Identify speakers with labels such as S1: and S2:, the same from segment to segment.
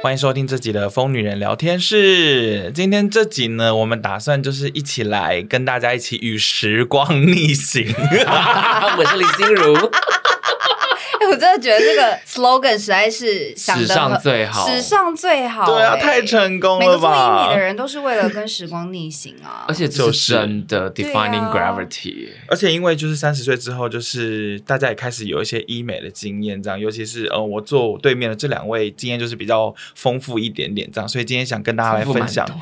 S1: 欢迎收听这集的《疯女人聊天室》。今天这集呢，我们打算就是一起来跟大家一起与时光逆行。
S2: 啊我是林心如，
S3: 哎、我真的觉得这个 slogan 实在是想得
S2: 史上最好
S3: 史上最好、
S1: 对啊，
S3: 哎
S1: 太成功
S3: 每个
S1: 了
S3: 做英
S1: 吧
S3: 语的！人都是为了跟时光逆行啊，
S2: 而且这是真的
S3: 就是
S2: defining
S3: 对啊
S2: gravity，
S1: 而且因为就是三十岁之后，就是大家也开始有一些医美的经验，这样，尤其是呃，我坐我对面的这两位经验就是比较丰富一点点，这样，所以今天想跟大家来分享。
S2: 丰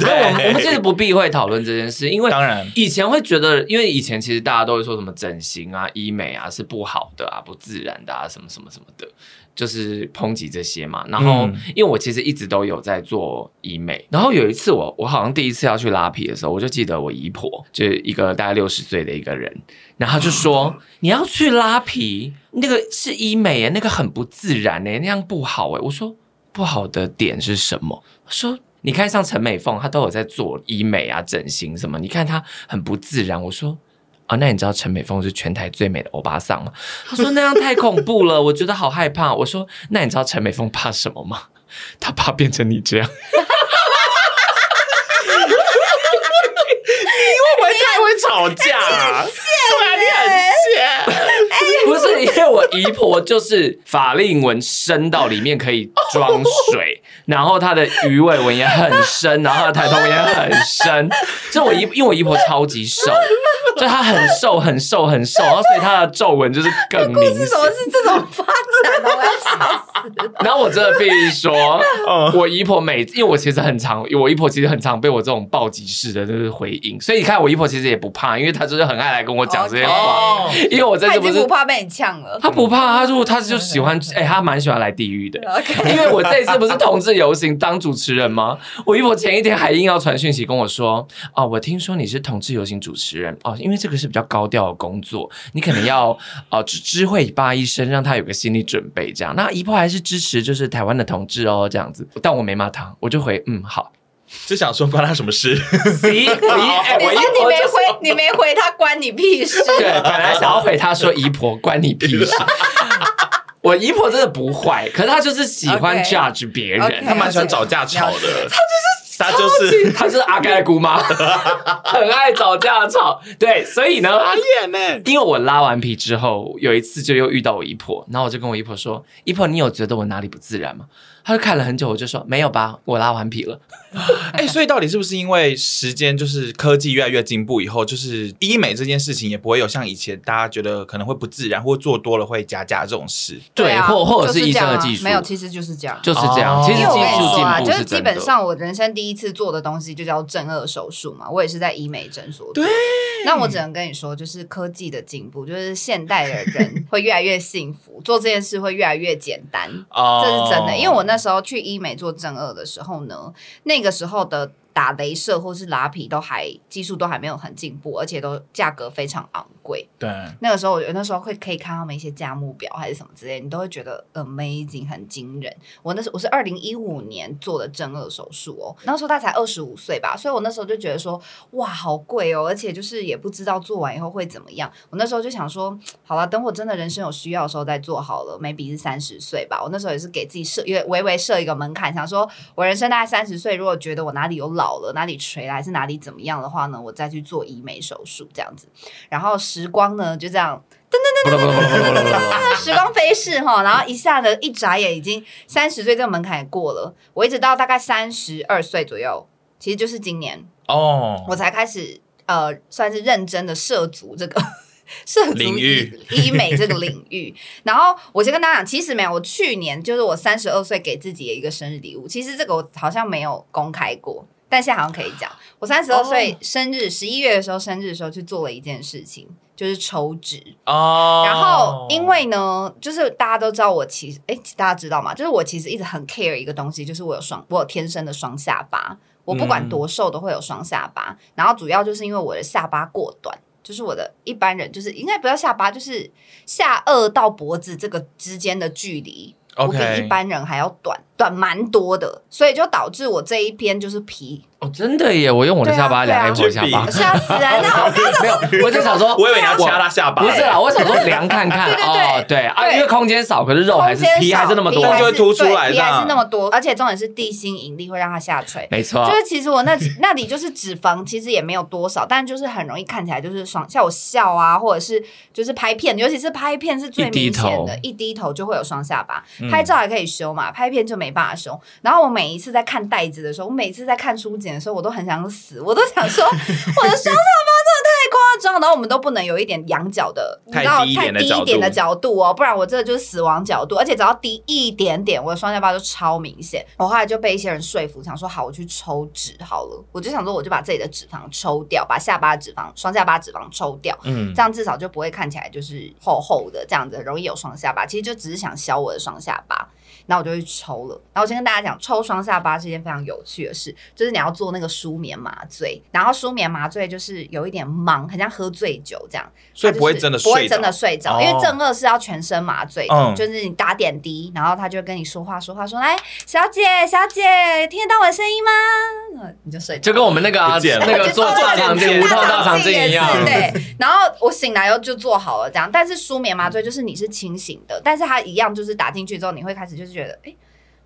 S2: 没有，我们我 们其实不避讳讨论这件事，因为
S1: 当然
S2: 以前会觉得，因为以前其实大家都会说什么整形啊、医美啊是不好的啊、不自然的啊、什么什么什么的，就是抨击这些嘛。然后、
S1: 嗯
S2: 因为我其实一直都有在做医美，然后有一次我我好像第一次要去拉皮的时候，我就记得我姨婆就是一个大概六十岁的一个人，然后她就说你要去拉皮，那个是医美耶，那个很不自然耶，那样不好哎。我说不好的点是什么？我说。你看，像陈美凤，她都有在做医美啊、整形什么。你看她很不自然。我说啊，那你知道陈美凤是全台最美的欧巴桑吗？她说那样太恐怖了，我觉得好害怕。我说那你知道陈美凤怕什么吗？她怕变成你这样。因为我太会吵架、啊，对啊，你很贱。不是因为我姨婆就是法令纹深到里面可以装 水，然后她的鱼尾纹也很深，然后她的抬头纹也很深。就我姨，因为我姨婆超级瘦，就她很瘦很瘦很瘦，然后所以她的皱纹就是更明显
S3: 是。什么是这种发展的？我要笑死。
S2: 然后我真的必须说，
S1: 嗯
S2: 我姨婆每，因为我其实很常，我姨婆其实很常被我这种暴击式的就是回应，所以你看我姨婆其实也不怕，因为她就是很爱来跟我讲这些话，
S1: 哦，
S2: 因为我真
S3: 他
S2: 的
S3: 已
S2: 不
S3: 经
S2: 是
S3: 不怕被你呛了。
S2: 他不怕，他就他就喜欢，哎、他蛮喜欢来地狱的。
S3: OK，
S2: 因为我这一次不是同志游行当主持人吗？我姨婆前一天还硬要传讯息跟我说，哦，我听说你是同志游行主持人哦，因为这个是比较高调的工作，你可能要 呃知知会巴医生，让他有个心理准备这样。那姨婆还是支持就是台湾的同志哦这样子，但我没骂他，我就回嗯 好。
S1: 就想说关他什么事？
S2: 咦，我姨哎
S3: 你
S2: 我
S3: 说
S2: 姨
S3: 你
S2: 婆
S3: 没
S2: 就是
S3: 回，你没回他，关你屁事。
S2: 对，本来想要回他说姨婆关你屁事。我姨婆真的不坏，可是她就是喜 欢
S3: OK
S2: judge 别人
S3: OK
S1: 他蛮喜欢找架吵的。他就是他 就是
S2: 她就是阿盖的姑 妈，很爱找架吵。对，所以呢，
S1: 演呢、
S2: 因为我拉完皮之后，有一次就又遇到我姨婆，然后我就跟我姨婆说：“姨婆，你有觉得我哪里不自然吗？”她就看了很久，我就说：“没有吧，我拉完皮了。
S1: 哎、所以到底是不是因为时间就是科技越来越进步以后，就是医美这件事情也不会有像以前大家觉得可能会不自然，或做多了会假假这种事？
S3: 啊
S2: 或或者
S3: 就是
S2: 医
S3: 这
S2: 生
S3: 样
S2: 的
S3: 啊
S2: 技术，
S3: 没有，其实就是这样。
S2: 就是这样。
S1: 哦
S2: 其实
S3: 因
S2: 技
S3: 为我跟你
S2: 术
S3: 说
S2: 进
S3: 啊，
S2: 步
S3: 就是基
S2: 真
S3: 本
S2: 的。
S3: 上我人生第一次做的东西就叫正颚手术嘛，我也是在医美诊所。对，那我只能跟你说，就是科技的进步，就是现代的人会越来越幸福，做这件事会越来越简单，
S1: 哦
S3: 这是真的。因为我那时候去医美做正颚的时候呢，那个时候的。打镭射或是拉皮都还技术都还没有很进步，而且都价格非常昂贵。
S1: 对，
S3: 那个时候，我有那时候会可以看他们一些价目表还是什么之类，你都会觉得呃 amazing 很惊人。我那时候我是二零一五年做的正颚手术哦，那时候他才二十五岁吧，所以我那时候就觉得说，哇，好贵哦，而且就是也不知道做完以后会怎么样。我那时候就想说，好了，等我真的人生有需要的时候再做好了，maybe 是三十岁吧。我那时候也是给自己设，因为微微设一个门槛，想说我人生大概三十岁，如果觉得我哪里有老了，哪里垂了，还是哪里怎么样的话呢，我再去做医美手术这样子。然后时光呢就这 样，时光飞逝哈，然后一下子一眨眼已经三十岁这个门槛也过了，我一直到大概三十二岁左右，其实就是今年
S1: 哦，
S3: 我才开始呃，算是认真的涉足这个 涉足
S1: 领域
S3: 医医美这个领域。然后我先跟大家讲，其实没有，我去年就是我三十二岁给自己的一个生日礼物，其实这个我好像没有公开过。但现在好像可以讲，我三十二
S1: 哦
S3: 岁生日，十一、月的时候生日的时候去做了一件事情，就是抽脂。
S1: 哦，
S3: 然后因为呢，就是大家都知道我其实，哎，大家知道吗？就是我其实一直很 care 一个东西，就是我有双，我有天生的双
S1: 嗯
S3: 下巴，我不管多瘦都会有双下巴。然后主要就是因为我的下巴过短。就是我的一般人，就是应该不要下巴，就是下颚到脖子这个之间的距离。我比
S1: OK
S3: 一般人还要短，短蛮多的，所以就导致我这一边就是皮，
S2: 哦，真的耶！我用我的下巴
S3: 对啊
S2: 量一口
S1: 对啊
S2: 下 巴，
S3: 吓死 人！那我刚
S2: 没
S3: 刚
S2: 有，我就想说，
S1: 我以为你要掐他下 巴，欸
S2: 不是啦，我想说量看看
S3: 对对对
S2: 哦，对啊，
S3: 对
S2: 因为空间少，可是肉还是
S3: 空间
S2: 皮还是那么多
S3: 少，
S1: 但就会凸出来
S3: 对皮
S1: 这样
S3: 还是那么多，而且重点是地心引力会让它下垂。
S2: 没错
S3: 就。是其实我那 那里就是脂肪，其实也没有多少，但就是很容易看起来就是双，像我笑啊，或者是就是拍片，尤其是拍片是最
S2: 一低
S3: 明
S2: 头
S3: 显的，一低头就会有双下巴。拍照还可以修嘛，拍片就没办法修。然后我每一次在看袋子的时候，我每次在看书检的时候，我都很想死，我都想说 我的双下巴真的太夸张，然后我们都不能有一点仰角的，你知道
S1: 太低一
S3: 太
S1: 点的
S3: 低
S1: 角
S3: 一
S1: 度
S3: 点的角度哦，不然我这就是死亡角度，而且只要低一点点，我的双下巴就超明显。我后来就被一些人说服，想说好，我去抽脂好了，我就想说我就把自己的脂肪抽掉，把下巴脂肪、双下巴脂肪抽掉，
S1: 嗯
S3: 这样至少就不会看起来就是厚厚的这样子，容易有双下巴。其实就只是想消我的双下巴，然后我就去抽了。然后我先跟大家讲，抽双下巴是一件非常有趣的事，就是你要做那个舒眠麻醉，然后舒眠麻醉就是有一点忙，很像喝醉酒这样，
S1: 所以
S3: 它
S1: 不会
S3: 就是
S1: 真的
S3: 不会
S1: 睡着
S3: 真的睡着，
S1: 哦
S3: 因为正颚是要全身麻醉的，
S1: 嗯
S3: 就是你打点滴，然后他就跟你说话说话说，来，小姐小姐，听得到我的声音吗？嗯你就睡着了，
S2: 就跟我们那个啊
S1: 不见 了
S2: 那个做大肠镜、无
S3: 大
S2: 痛大肠镜
S3: 镜也
S2: 一
S3: 是
S2: 样，
S3: 对，然后我醒来后就做好了这样，但是舒眠麻醉就是你是清醒的，但是它一样就是打进去之后，你会开始就是觉得，哎、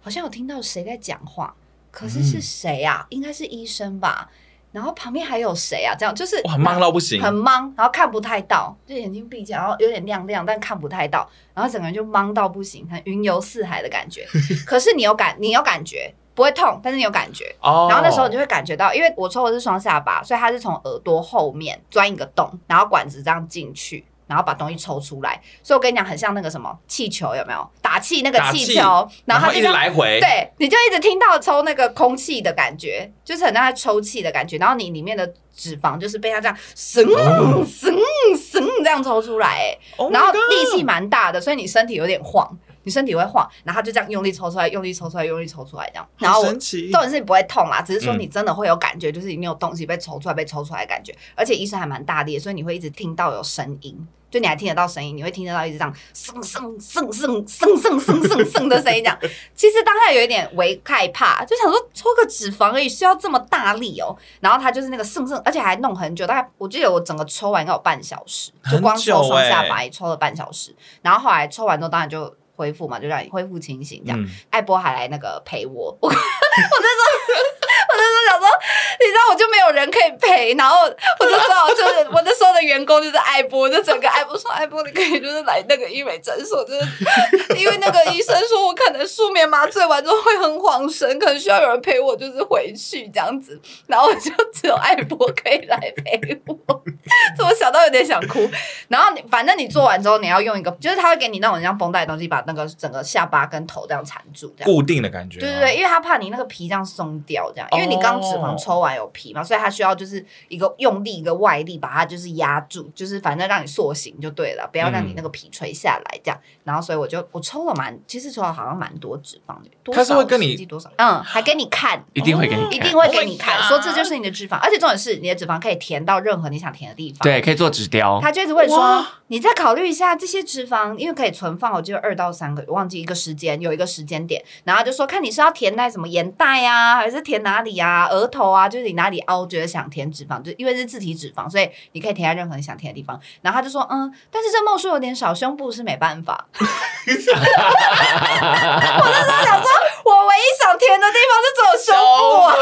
S3: 好像有听到谁在讲话，可是
S2: 嗯
S3: 是谁啊？应该是医生吧？然后旁边还有谁啊？这样就是
S1: 哇，忙到不行，
S3: 很懵，然后看不太到，就眼睛闭起来，然后有点亮亮，但看不太到，然后整个人就懵到不行，很云游四海的 感觉。可是你有感，你有感觉，不会痛，但是你有感觉。
S1: 哦
S3: 然后那时候你就会感觉到，因为我抽的是双下巴，所以它是从耳朵后面钻一个洞，然后管子这样进去。然后把东西抽出来，所以我跟你讲，很像那个什么气球，有没有打气那个
S1: 打
S3: 气
S1: 气
S3: 球？然后它
S1: 一直
S3: 就像
S1: 来回，
S3: 对，你就一直听到抽那个空气的感觉，就是很像在抽气的感觉，然后你里面的脂肪就是被它这样绳绳绳这样抽出来、欸
S1: 哦 Oh my
S3: 然后力
S1: God
S3: 气蛮大的，所以你身体有点晃，你身体会晃，然后它就这样用力抽出来，用力抽出来，用力抽出来这样，然后
S1: 好
S3: 我
S1: 神奇
S3: 重点是你不会痛啦，只是说
S1: 嗯
S3: 你真的会有感觉，就是你有东西被抽出来、被抽出来的感觉，而且医生还蛮大力的，所以你会一直听到有声音，就你还听得到声音，你会听得到一直这样声声声声声声声声声的声音这样。其实当下有一点为害怕，就想说抽个脂肪而已，需要这么大力哦。然后他就是那个声声，而且还弄很久，大概我记得我整个抽完应该有半小时，就光
S1: 很久
S3: 抽双下巴
S1: 欸
S3: 也抽了半小时。然后后来抽完之后，当然就恢复嘛，就让你恢复清醒这样。
S1: 嗯，
S3: 艾波还来那个陪我， 我我那时候 我那时候想说， 你知道我就没有人可以陪，然后我就只好就是我那时候的员工就是艾波，就整个艾波说艾波你可以就是来那个医美诊所，就是 因为那个医生说我可能睡眠麻醉完之后会很恍神，可能需要有人陪我就是回去这样子，然后我就只有艾波可以来陪我，怎么想到有点想哭，然后你反正你做完之后，你要用一个，就是他会给你那种很像绷带的东西，把那个整个下巴跟头这样缠住，这样。
S1: 固定的感觉，
S3: 对对对，，因为他怕你那个皮这样松掉，这样，因为你刚脂肪抽完有皮
S1: 哦
S3: 嘛，所以他需要就是一个用力一个外力把它就是压住，就是反正让你塑形就对了，不要让你那个皮垂下来这样。然后所以我就我抽了蛮，其实抽了好像蛮多脂肪的，多少
S1: 他是会跟你啊
S3: 实际多少？嗯，还给你看，
S2: 一定会给你看，
S3: 一定会给你
S1: Oh
S3: 看，
S1: my
S3: 说
S1: God
S3: 这就是你的脂肪，而且重点是你的脂肪可以填到任何你想填的地方。
S2: 对，可以做纸
S1: 哦
S2: 雕，
S3: 他就一直问说
S1: 哇：“
S3: 你再考虑一下这些脂肪，因为可以存放，我记得二到三个，忘记一个时间，有一个时间点。然后就说看你是要填在什么眼袋啊，还是填哪里啊，额头啊，就是你哪里凹，觉得想填脂肪，就因为是自体脂肪，所以你可以填在任何你想填的地方。然后他就说：嗯，但是这帽数有点少，胸部是没 办法。我那时候想说，我唯一想填的地方是只有胸部啊，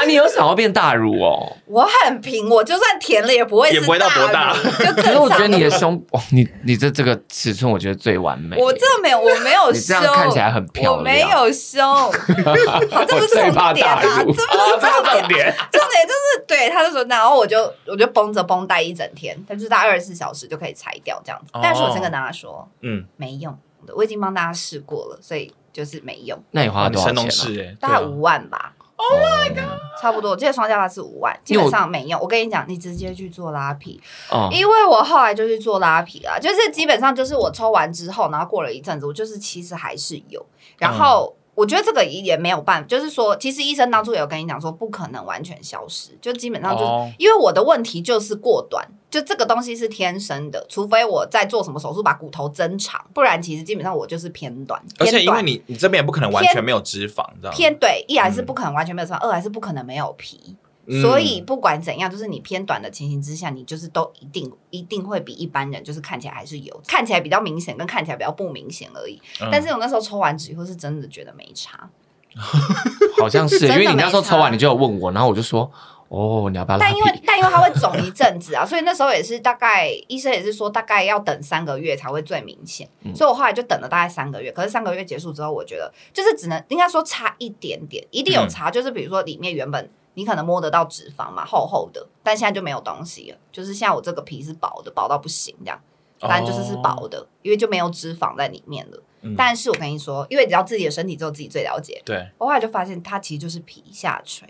S2: 啊，你有想要变大乳哦？
S3: 我很平，我就算填了也不会
S1: 也
S3: 是
S1: 不会到多大
S3: 乳就正
S2: 可是
S3: 常
S2: 我觉得你的
S3: 的
S2: 胸，哇，你你这这个尺寸，我觉得最完美。
S3: 我这没有，我没有
S2: 你
S3: 修，
S2: 这样看起来很漂亮
S3: 我没有修，好， 这不
S2: 我
S3: 是
S2: 最怕
S3: 重点
S2: 大
S3: 啊，这
S2: 乳，
S3: 不是重点，啊
S2: 重点。
S3: 重点就是对，他就说，然后我就我就绷着绷带一整天，但就是大概二十四小时就可以裁掉这样子。
S1: 哦
S3: 但是我真跟大家说
S1: 嗯，
S3: 没用，我已经帮大家试过了，所以就是没用，
S2: 那你花了多少
S1: 神
S2: 钱
S1: 农
S2: 啊？
S1: 氏哎，
S3: 大概
S1: 对啊
S3: 五万吧。嗯
S2: Oh my god！
S3: 差不多，我记得双下巴是五万，基
S2: 因为我
S3: 本上没用。我跟你讲，你直接去做拉皮，
S2: 哦，
S3: 因为我后来就去做拉皮啦，就是基本上就是我抽完之后，然后过了一阵子，我就是其实还是有，然后。
S1: 嗯
S3: 我觉得这个也没有办法，就是说，其实医生当初也有跟你讲说，不可能完全消失，就基本上就是、
S1: 哦
S3: 因为我的问题就是过短，就这个东西是天生的，除非我在做什么手术把骨头增长，不然其实基本上我就是偏短，
S1: 而且
S3: 偏
S1: 因为
S3: 短
S1: 你你这边也不可能完全没有脂肪，你知道吗？
S3: 偏对，一来是
S1: 嗯
S3: 不可能完全没有脂肪，二来是不可能没有皮。
S1: 嗯
S3: 所以不管怎样，就是你偏短的情形之下，你就是都一定一定会比一般人就是看起来还是有，看起来比较明显跟看起来比较不明显而已。
S1: 嗯
S3: 但是我那时候抽完脂以后是真的觉得没差，
S2: 好像是，
S3: 真
S2: 因
S3: 的
S2: 为你那时候
S3: 没差
S2: 抽完你就有问我，然后我就说，哦，你要不要拉
S3: 但
S2: 皮
S3: 因？为但因为它会肿一阵子啊， 所以那时候也是大概医生也是说大概要等三个月才会最明显，所以我后来就等了大概三个月。可是三个月结束之后，我觉得就是只能应该说差一点点，一定有差，就是比如说里面原本。你可能摸得到脂肪嘛，厚厚的，但现在就没有东西了。就是现在我这个皮是薄的，薄到不行，这样，反正就是是薄的，因为就没有脂肪在里面了。
S1: 嗯
S3: 但是我跟你说，因为你知道自己的身体只有自己最了解，
S1: 对
S3: 我后来就发现它其实就是皮下垂。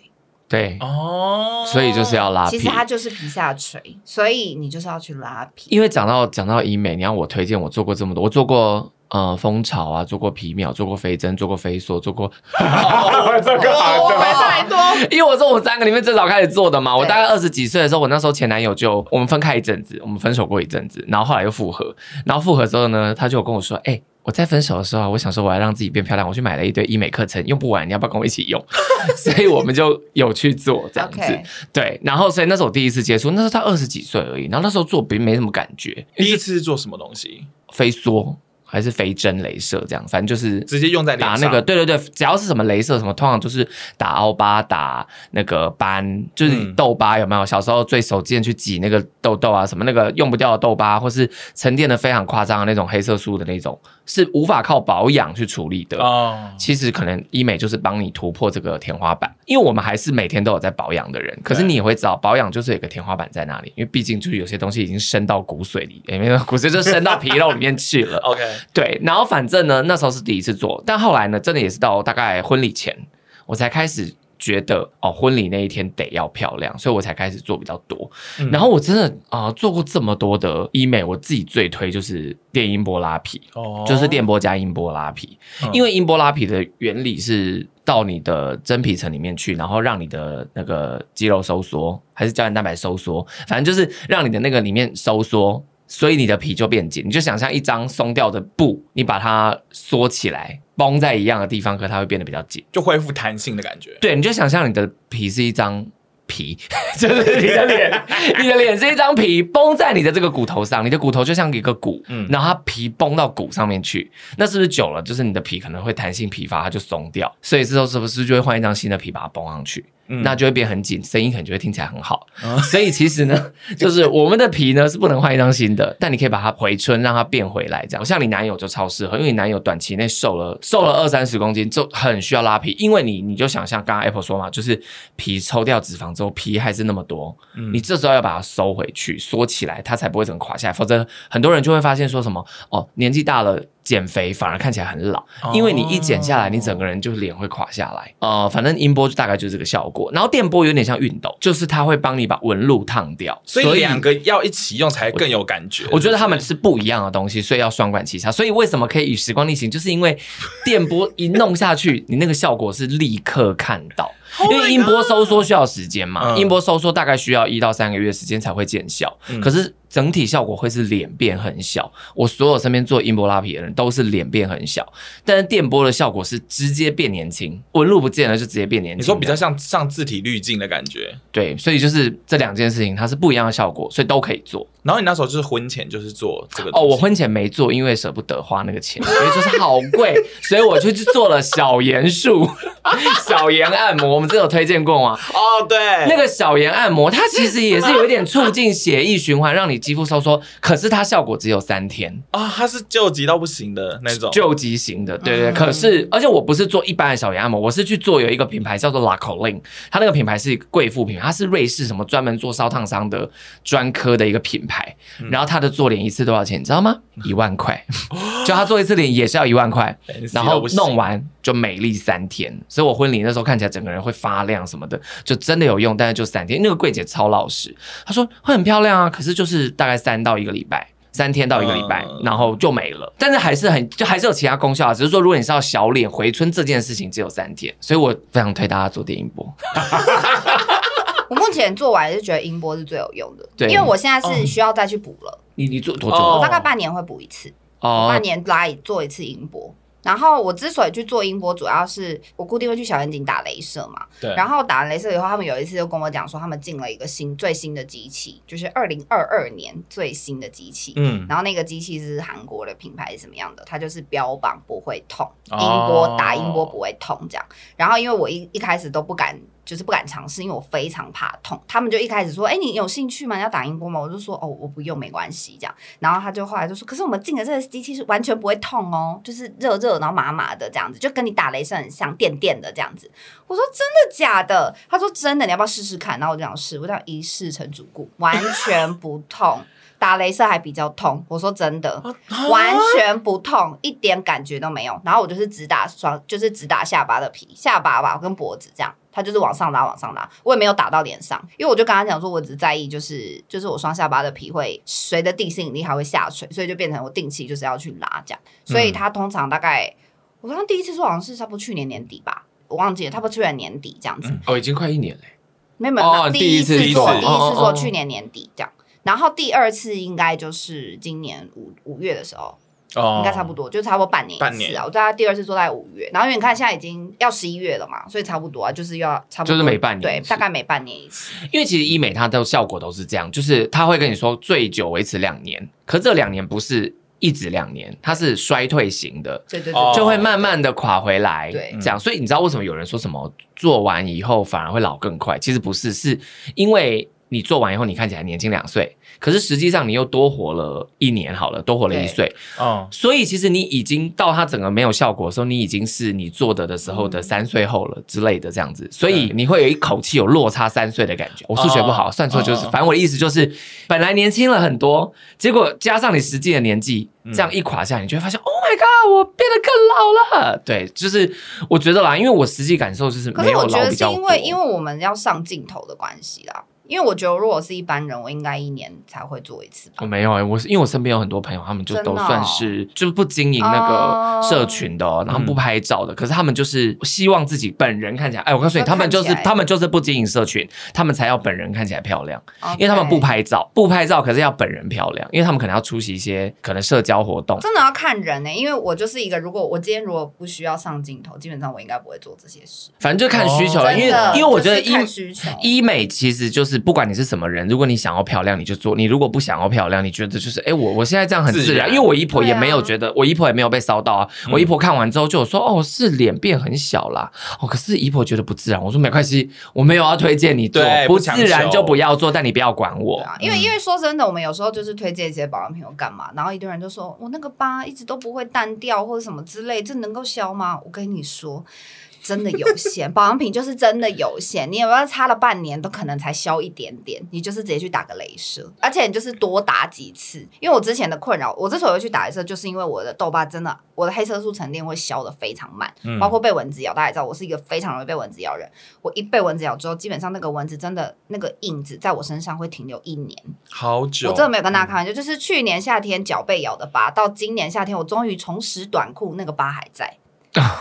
S2: 对，
S1: 哦，
S2: 所以就是要拉
S3: 其
S2: 皮
S3: 实。它就是皮下垂，所以你就是要去拉皮。
S2: 因为讲到讲到医美，你让我推荐，我做过这么多，我做过呃蜂巢啊，做过皮秒，做过飞针，做过飞梭，做过，我做过好多
S3: 哦 太多，
S2: 因为我说我三个里面最早开始做的嘛，我
S3: 对
S2: 大概二十几岁的时候，我那时候前男友就我们分开一阵子，我们分手过一阵子，然后后来又复合，然后复合之后呢，他就有跟我说，哎、我在分手的时候啊，我想说我要让自己变漂亮，我去买了一堆医美课程，用不完，你要不要跟我一起用？ 所以我们就有去做这样子
S3: OK
S2: 对。然后所以那是我第一次接触，那时候才二十几岁而已，然后那时候做并没什么感觉，
S1: 第一次是做什么东西？
S2: 飞梭还是飞针、镭射这样，反正就是
S1: 直接用在脸
S2: 打
S1: 上
S2: 那个，对对对，只要是什么镭射什么，通常就是打凹疤、打那个斑，就是
S1: 嗯
S2: 痘疤有没有？小时候最手贱去挤那个痘痘啊，什么那个用不掉的痘疤，或是沉淀的非常夸张的那种黑色素的那种，是无法靠保养去处理的。
S1: 哦，
S2: 其实可能医美就是帮你突破这个天花板，因为我们还是每天都有在保养的人，可是
S1: 对
S2: 你也会知道保养就是有个天花板在那里，因为毕竟就是有些东西已经深到骨髓里，也没有骨髓就深到皮肉里面去 了。
S1: OK，
S2: 对，然后反正呢，那时候是第一次做，但后来呢，真的也是到大概婚礼前，我才开始觉得哦，婚礼那一天得要漂亮，所以我才开始做比较多。
S1: 嗯
S2: 然后我真的啊、呃做过这么多的医美，我自己最推就是电音波拉皮，
S1: 哦
S2: 就是电波加音波拉皮，
S1: 嗯
S2: 因为音波拉皮的原理是到你的真皮层里面去，然后让你的那个肌肉收缩，还是胶原蛋白收缩，反正就是让你的那个里面收缩。所以你的皮就变紧，你就想象一张松掉的布，你把它缩起来，绷在一样的地方，可它会变得比较紧。
S1: 就恢复弹性的感觉。
S2: 对，你就想象你的皮是一张皮， 就是你的脸， 你的脸是一张皮，绷在你的这个骨头上，你的骨头就像一个骨，
S1: 嗯
S2: 然后它皮绷到骨上面去，那是不是久了，就是你的皮可能会弹性疲乏，它就松掉，所以这时候是不是就会换一张新的皮把它绷上去？
S1: 嗯
S2: 那就会变很紧，声音可能就会听起来很好。 所以其实呢，就是我们的皮呢是不能换一张新的，但你可以把它回春，让它变回来。这样，像你男友就超适合，因为你男友短期内瘦了瘦了二三十公斤，就很需要拉皮，因为你你就想象刚刚 Apple 说嘛，就是皮抽掉脂肪之后，皮还是那么多，你这时候要把它收回去，缩起来，它才不会整个垮下来。否则很多人就会发现说什么哦，年纪大了减肥反而看起来很老，因为你一减下来，你整个人就是脸会垮下来。呃，反正音波就大概就是这个效果，然后电波有点像熨斗，就是它会帮你把纹路烫掉，
S1: 所以两个要一起用才更有感觉。
S2: 我觉得他们是不一样的东西，所以要双管齐下。所以为什么可以与时光逆行，就是因为电波一弄下去，你那个效果是立刻看 到。因为音波收缩需要时间嘛，
S1: 嗯
S2: 音波收缩大概需要一到三个月时间才会见效。
S1: 嗯
S2: 可是整体效果会是脸变很小。我所有身边做音波拉皮的人都是脸变很小，但是电波的效果是直接变年轻，纹路不见了就直接变年轻。
S1: 你说比较像上字体滤镜的感觉。
S2: 对，所以就是这两件事情它是不一样的效果，所以都可以做。
S1: 然后你那时候就是婚前就是做这个
S2: 哦，
S1: 东西
S2: 我婚前没做，因为舍不得花那个钱，因为就是好贵， 所以我就去做了小盐术、 小盐按摩。我们这有推荐过吗？
S1: 哦对
S2: 那个小盐按摩，它其实也是有一点促进血液循环，让你肌肤收缩，可是它效果只有三天，
S1: 啊，它是救急到不行的那种，
S2: 救急型的，对对。对可是，而且我不是做一般的小盐按摩，我是去做有一个品牌叫做 La Colin，它那个品牌是一个贵妇品牌，它是瑞士什么专门做烧烫伤的专科的一个品牌。然后它的做脸一次多少钱，你知道吗？一万块，就它做一次脸也是要一万块。然后弄完就美丽三天，所以我婚礼那时候看起来整个人会发亮什么的，就真的有用，但是就三天。那个柜姐超老实，她说会很漂亮啊，可是就是大概三到一个礼拜。三天到一个礼拜，
S1: 嗯
S2: 然后就没了。但是还是很，就还是有其他功效啊。只是说，如果你是要小脸回春这件事情，只有三天，所以我非常推大家做电音波。
S3: 我目前做完是觉得音波是最有用的，
S2: 对哦
S3: 因为我现在是需要再去补了，
S2: 你你做多
S3: 我
S2: 久
S1: 哦？
S3: 大概半年会补一次，
S2: 哦
S3: 半，年拉一做一次音波。然后我之所以去做音波，主要是我固定会去小眼睛打镭射嘛。
S1: 对，
S3: 然
S1: 后
S3: 后打完镭射以后，他们有一次就跟我讲说，他们进了一个新最新的机器，就是二零二二年最新的机器。
S1: 嗯，
S3: 然后那个机器是韩国的品牌是什么样的？它就是标榜不会痛，
S1: 哦
S3: 音波打音波不会痛这样。然后因为我一一开始都不敢，就是不敢尝试，因为我非常怕痛。他们就一开始说：“哎，你有兴趣吗？你要打音波吗？”我就说：“哦，我不用，没关系。”这样。然后他就后来就说：“可是我们进的这个机器是完全不会痛哦，就是热热然后麻麻的这样子，就跟你打雷射很像，电电的这样子。”我说：“真的假的？”他说：“真的，你要不要试试看？”然后我就想试，我想一试成主顾，完全不痛。打镭射还比较痛，我说真的，完全不痛，一点感觉都没有。然后我就是只打双，就是只打下巴的皮，下巴吧跟脖子这样，它就是往上拉，往上拉。我也没有打到脸上，因为我就跟他讲说，我只在意就是就是我双下巴的皮会随着地心引力还会下垂，所以就变成我定期就是要去拉这样。所以他通常大概，我刚刚第一次说好像是差不多去年年底吧，我忘记了，差不多去年年底这样子。
S2: 哦，已经快一年了。
S3: 没有没
S2: 哦
S3: 有，第一次
S2: 第一次
S3: 做，
S1: 做
S3: 第一
S2: 哦
S3: 次
S2: 哦
S3: 做
S2: 哦
S3: 去年年底这样，然后第二次应该就是今年五五月的时候，
S1: 哦
S3: 应该差不多，就差不多半年
S1: 半
S3: 一次
S1: 年
S3: 啊。我大概第二次做在五月，然后因为你看现在已经要十一月了嘛，所以差不多啊，就是要差不多
S2: 就是每半年一
S3: 对，
S2: 次
S3: 大概每半年一次。
S2: 因为其实医美它的效果都是这样，就是它会跟你说最久维持两年，可这两年不是一直两年，它是衰退型的，
S3: 对对
S1: 哦
S3: 对，
S2: 就会慢慢的垮回来。
S3: 对
S2: 这样，所以你知道为什么有人说什么做完以后反而会老更快？其实不是，是因为你做完以后你看起来年轻两岁，可是实际上你又多活了一年好了，多活了一
S3: 对
S2: 岁，
S1: 哦，
S2: 所以其实你已经到它整个没有效果的时候，你已经是你做的的时候
S3: 嗯
S2: 的三岁后了之类的这样子，所以你会有一口气有落差三岁的感觉。我数学不好，
S1: 哦
S2: 算错就是，
S1: 哦
S2: 反正我的意思就是，本来年轻了很多，结果加上你实际的年纪，
S3: 嗯
S2: 这样一垮下来，你就会发现，Oh my god，我变得更老了。对，就是我觉得啦，因为我实际感受就是
S3: 可
S2: 没
S3: 是
S2: 有
S3: 我觉
S2: 老
S3: 得
S2: 比
S3: 是
S2: 较
S3: 因为因
S2: 为
S3: 为我们要上镜头的关系啦，因为我觉得如果是一般人，我应该一年才会做一次吧
S2: 我。没有哎、我是因为我身边有很多朋友，他们就
S3: 真
S2: 都
S3: 的哦
S2: 算是、就是不经营那
S3: 哦
S2: 个社群的、哦，然后不拍照的，可是他们就是希望自己本人看起来，哎，我告诉你，
S3: 就
S2: 他们就是
S3: 看起来
S2: 他们就是不经营社群，他们才要本人看起来漂亮，
S3: OK
S2: 嗯因为他们不，拍照，不拍照，可是要本人漂亮，因为他们可能要出席一些可能社交活动。
S3: 真的要看人呢、因为我就是一个，如果我今天如果不需要上镜头，基本上我应该不会做这些事。
S2: 反正就看需求了，
S3: 真
S2: 因为
S3: 的
S2: 因为我觉得
S3: 就是
S2: 医
S3: 看需求
S2: 医美其实就是不管你是什么人，如果你想要漂亮你就做，你如果不想要漂亮，你觉得就是哎、我我现在这样很自然，
S1: 自然
S2: 因
S1: 嗯
S2: 为我姨婆也
S3: 对啊
S2: 没有觉得，我姨婆也没有被骚到啊。我姨婆看完之后就有说哦是脸变很小啦，哦可是姨婆觉得不自然，我说没关系，我没有要推荐你做
S1: 对，
S2: 不
S1: 不强
S2: 自然
S1: 求
S2: 就不要做，但你不要管我
S3: 对。啊，因为因为说真的，我们有时候就是推荐一些保养品或干嘛，然后一堆人就说我那个疤一直都不会淡掉或者什么之类，这能够消吗？我跟你说。真的有限，保养品就是真的有限。你有没有擦了半年，都可能才消一点点。你就是直接去打个镭射，而且你就是多打几次。因为我之前的困扰，我之所以会去打镭射，就是因为我的痘疤真的，我的黑色素沉淀会消的非常慢，
S1: 嗯
S3: 包括被蚊子咬。大家也知道，我是一个非常容易被蚊子咬的人。我一被蚊子咬之后，基本上那个蚊子真的那个印子在我身上会停留一年。
S1: 好久，
S3: 我真的没有跟大家开玩笑，就是去年夏天脚被咬的疤，到今年夏天我终于重拾短裤，那个疤还在，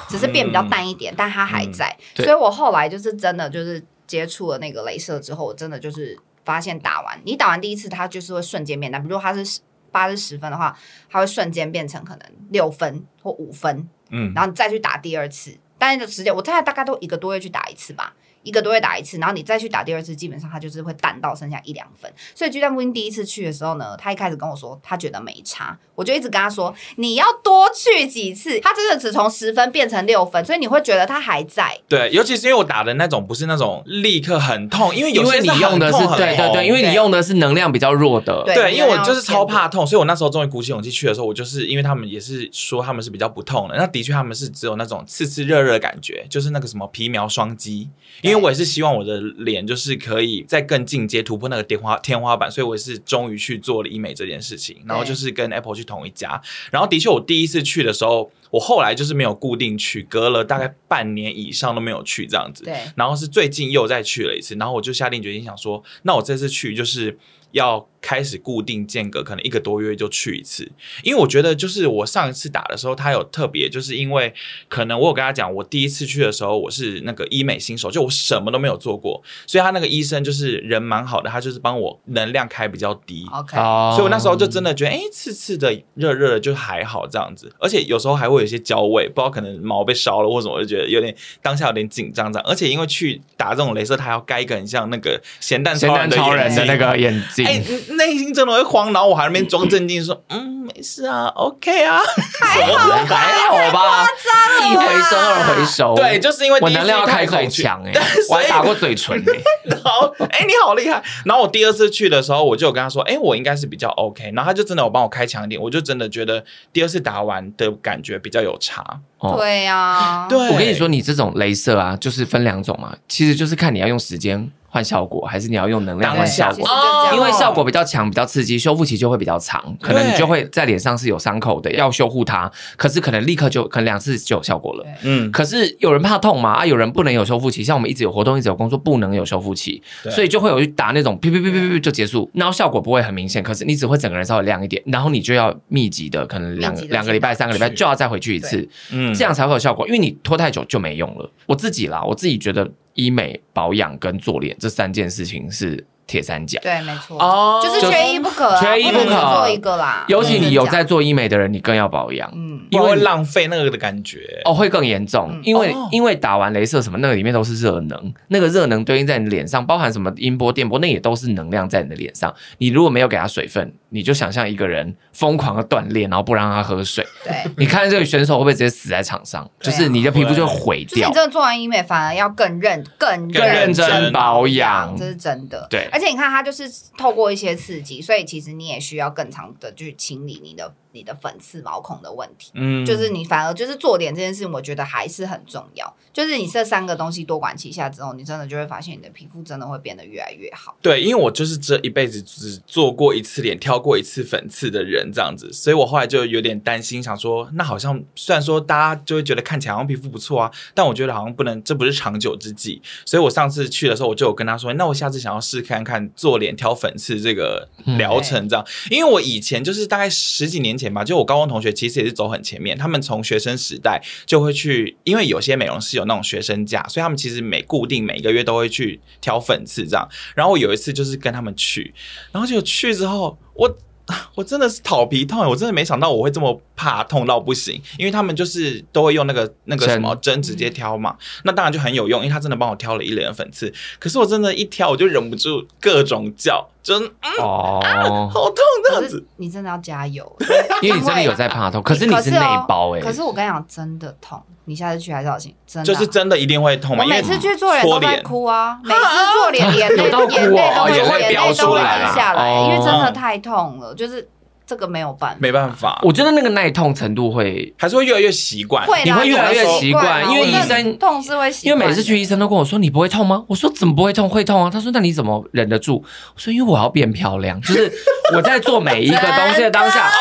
S3: 只是变比较淡一点，但它还在。
S2: 对
S3: 所以我后来就是真的就是接触了那个镭射之后，我真的就是发现打完，你打完第一次它就是会瞬间变淡，比如它是八是十分的话，它会瞬间变成可能六分或五分，
S1: 嗯，
S3: 然后你再去打第二次，但是时间我大概大概都一个多月去打一次吧，一个多月打一次，然后你再去打第二次，基本上它就是会淡到剩下一两分。所以巨蛋布丁第一次去的时候呢，他一开始跟我说他觉得没差，我就一直跟他说你要多去几次，他真的只从十分变成六分，所以你会觉得他还在。
S1: 对，尤其是因为我打的那种不是那种立刻很痛，因为
S2: 因
S1: 有
S2: 为
S1: 些
S2: 你用的是
S1: 很痛
S2: 对对对，因为你
S3: 对
S2: 用的是能量比较弱的，
S3: 对
S1: 对，
S3: 你
S1: 因为
S3: 要
S1: 我就是
S3: 先
S1: 超
S3: 做
S1: 怕痛，所以我那时候终于鼓起勇气去的时候，我就是因为他们也是说他们是比较不痛的，那的确他们是只有那种刺刺热热的感觉，就是那个什么皮苗双击。因为我也是希望我的脸就是可以再更进阶突破那个天花天花板，所以我也是终于去做了医美这件事情，然后就是跟 Apple 去同一家，然后的确我第一次去的时候，我后来就是没有固定去，隔了大概半年以上都没有去这样子，
S3: 对
S1: 然后是最近又再去了一次，然后我就下定决心想说，那我这次去就是要开始固定间隔，可能一个多月就去一次。因为我觉得，就是我上一次打的时候，他有特别，就是因为可能我有跟他讲，我第一次去的时候我是那个医美新手，就我什么都没有做过，所以他那个医生就是人蛮好的，他就是帮我能量开比较低。
S3: OK，
S2: 哦
S1: 所以我那时候就真的觉得，哎、刺刺的、热热的就还好这样子，而且有时候还会有一些焦味，不知道可能毛被烧了或什么，我就觉得有点当下有点紧张这样。而且因为去打这种镭射，它还要盖一个很像那个咸蛋
S2: 咸蛋超人
S1: 人
S2: 的
S1: 的
S2: 那
S1: 眼睛。
S2: 个眼镜，
S1: 哎，内心真的会慌，然后我还在那边装镇定说，嗯，没事啊，OK 啊，
S2: 还好吧？一回生二回熟，
S1: 对，就是因为
S2: 哦我
S1: 第一次
S2: 能量要开
S1: 太
S2: 口
S1: 恐惧
S2: 强哎
S1: 所以，
S2: 我还打过嘴唇哎，
S1: 然后，哎、你好厉害！然后我第二次去的时候，我就有跟他说，哎、我应该是比较 OK。然后他就真的有帮我开强一点，我就真的觉得第二次打完的感觉比较有差。
S2: 哦
S3: 对呀，
S1: 对，
S2: 我跟你说，，你这种镭射啊，就是分两种嘛，其实就是看你要用时间换效果，还是你要用能量
S1: 当
S2: 换
S1: 下
S2: 效
S3: 其
S2: 果
S3: 实就。
S1: 哦
S3: 这样
S2: 因为效果比较强、比较刺激，修复期就会比较长，可能你就会在脸上是有伤口的，要修护它。可是可能立刻就，可能两次就有效果了
S3: 对。
S1: 嗯，
S2: 可是有人怕痛嘛？啊，有人不能有修复期，像我们一直有活动，一直有工作，不能有修复期，
S1: 对
S2: 所以就会有去打那种哔哔哔哔哔就结束，然后效果不会很明显，可是你只会整个人稍微亮一点，然后你就要密集的，可能两
S3: 密集地
S2: 两个礼拜、
S3: 去
S2: 三个礼拜
S1: 去
S2: 就要再回去一次，
S1: 嗯
S2: 这样才会有效果，因为你拖太久就没用了。我自己啦，我自己觉得医美、保养跟做脸这三件事情是铁三角。
S3: 对，没错，
S1: 哦
S3: 就是缺一不可啊，
S2: 缺一
S3: 不能
S1: 不
S3: 只
S1: 可
S3: 做一个啦。
S2: 尤其你有在
S3: 嗯
S2: 做医美的人，你更要保养。
S3: 嗯，
S1: 因为会浪费那个的感觉。
S2: 哦，会更严重
S3: 嗯，
S2: 因为、
S1: 哦
S2: 因为打完镭射什么，那个里面都是热能，那个热能堆积在你脸上，包含什么音波、电波，那也都是能量在你的脸上。你如果没有给他水分，你就想象一个人疯狂的锻炼，然后不让他喝水，
S3: 对。
S2: 你看这个选手会不会直接死在场上？
S3: 嗯对
S2: 就
S3: 啊
S2: 是你的皮肤就会毁
S3: 就是
S2: 掉
S3: 你真。的做完医美，反而要更认、更
S1: 更认真
S2: 保养
S3: 这是真的。
S2: 对
S3: 而且你看，它就是透过一些刺激，所以其实你也需要更长的去清理你的你的粉刺、毛孔的问题。
S1: 嗯
S3: 就是你反而就是做脸这件事情，我觉得还是很重要。就是你这三个东西多管齐下之后，你真的就会发现你的皮肤真的会变得越来越好。
S1: 对，因为我就是这一辈子只做过一次脸，挑过一次粉刺的人这样子，所以我后来就有点担心，想说，那好像虽然说大家就会觉得看起来好像皮肤不错啊，但我觉得好像不能，这不是长久之计。所以我上次去的时候，我就有跟他说，那我下次想要试看看做脸挑粉刺这个疗程这样，因为我以前就是大概十几年前吧，就我高中同学其实也是走很前面，他们从学生时代就会去，因为有些美容师有那种学生价，所以他们其实每固定每个月都会去挑粉刺这样。然后我有一次就是跟他们去，然后就去之后，我 我真的是讨皮痛，欸我真的没想到我会这么怕痛到不行，因为他们就是都会用那个那个
S2: 针
S1: 什么针直接挑嘛，那当然就很有用，因为他真的帮我挑了一脸粉刺，可是我真的，一挑我就忍不住各种叫，真嗯
S2: 哦，
S1: 好痛这样
S3: 可
S1: 子
S3: 是。你真的要 加油，
S2: 因为你真的有在怕痛，可是你
S3: 可
S2: 是
S3: 哦
S2: 内包哎、
S3: 可是我跟你讲，真的痛，你下次去还是小心，真的
S1: 欸就
S3: 啊
S1: 是真的一定会痛嘛，
S3: 我
S1: 因为
S3: 每次去做脸
S1: 搓
S3: 都在
S1: 脸，
S3: 哭啊，每次做脸眼 泪
S2: 有到哭哦
S3: 眼泪都会
S1: 眼泪
S3: 眼
S1: 飙
S3: 泪都
S1: 出
S3: 会
S1: 来
S3: 流
S1: 啊
S3: 下来，
S2: 哦
S3: 因为真的太痛了，就是这个没有办法。
S1: 没办法，
S2: 我觉得那个耐痛程度会
S1: 还是会越来越习惯。
S3: 会啦
S2: 你会越来越习惯
S3: 啦
S2: 因为
S3: 啊我真的
S2: 医生
S3: 痛是会习
S2: 因
S3: 惯
S2: 为
S3: 的，
S2: 每次去医生都跟我说你不会痛吗？我说怎么不会痛？会痛啊！他说那你怎么忍得住？我说因为我要变漂亮，就是我在做每一个东西的当下，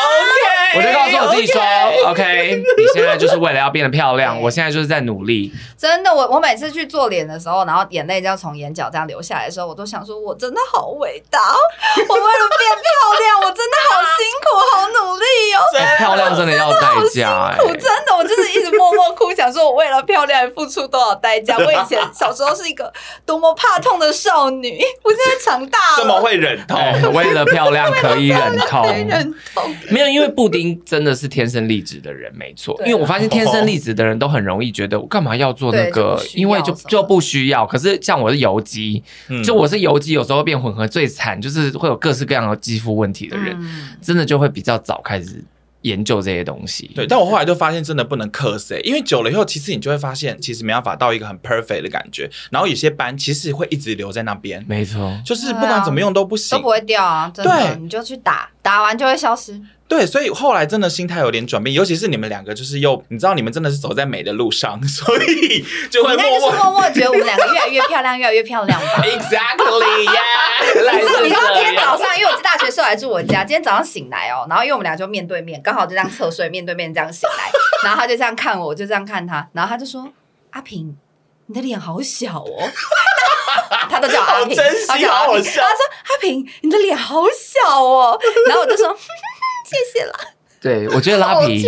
S2: 我就告诉我自己说，OK，你现在就是为了要变得漂亮，
S3: 对
S2: 我现在就是在努力。
S3: 真的，我我每次去做脸的时候，然后眼泪这样从眼角这样流下来的时候，我都想说，我真的好伟大，我为了变漂亮，我真的好辛苦，好努力哦。
S2: 哎漂亮真的要代价、哎
S3: 我真的，我就是一直默默哭，想说我为了漂亮付出多少 代价。我以前小时候是一个多么怕痛的少女， 我现在长大了，
S1: 这么会忍痛，
S2: 哎为了漂亮可以忍痛，
S3: 被人痛？
S2: 没有，因为布丁真的是天生丽质的人，没错。
S3: 对啊
S2: 因为我发现天生丽质的人都很容易觉得我干嘛要做那个
S3: 对就不需，要
S2: 因为就
S3: 什么
S2: 就不需要。可是像我是油肌，
S1: 嗯
S2: 就我是油肌，有时候变混合最惨，就是会有各式各样的肌肤问题的人，
S3: 嗯
S2: 真的就会比较早开始研究这些东西。
S1: 对，但我后来就发现真的不能克谁，因为久了以后，其实你就会发现，其实没办法到一个很 perfect 的感觉。然后有些斑其实会一直留在那边，
S2: 没错。
S1: 就是不管怎么用都不行。
S3: 啊都不会掉啊，真的，
S1: 对
S3: 你就去打，打完就会消失。
S1: 对，所以后来真的心态有点转变，尤其是你们两个，就是又你知道你们真的是走在美的路上， 所以就
S3: 你
S1: 会
S3: 应该
S1: 默
S3: 就是默
S1: 默。
S3: 默觉得我们两个越来越漂亮，越来越漂亮吧。
S1: Exactly 呀、原来
S3: 你
S1: 是
S3: 知道，你知道
S1: 这
S3: 今天早
S1: 样。
S3: 上，因为我大学室友来住我家，今天早上醒来哦，然后因为我们俩就面对面，刚好就这样侧睡，面对面这样醒 来，然后他就 这样看我，我就这样看他，然后他就说：“阿平，你的脸好小哦。”他都叫我阿平，
S1: 好真心
S3: 他叫我阿
S1: 好好
S3: 平，
S1: 笑
S3: 他说阿平，你的脸好小哦，然后我就说 谢谢啦。
S2: 对，我觉得
S1: 哎
S2: 拉皮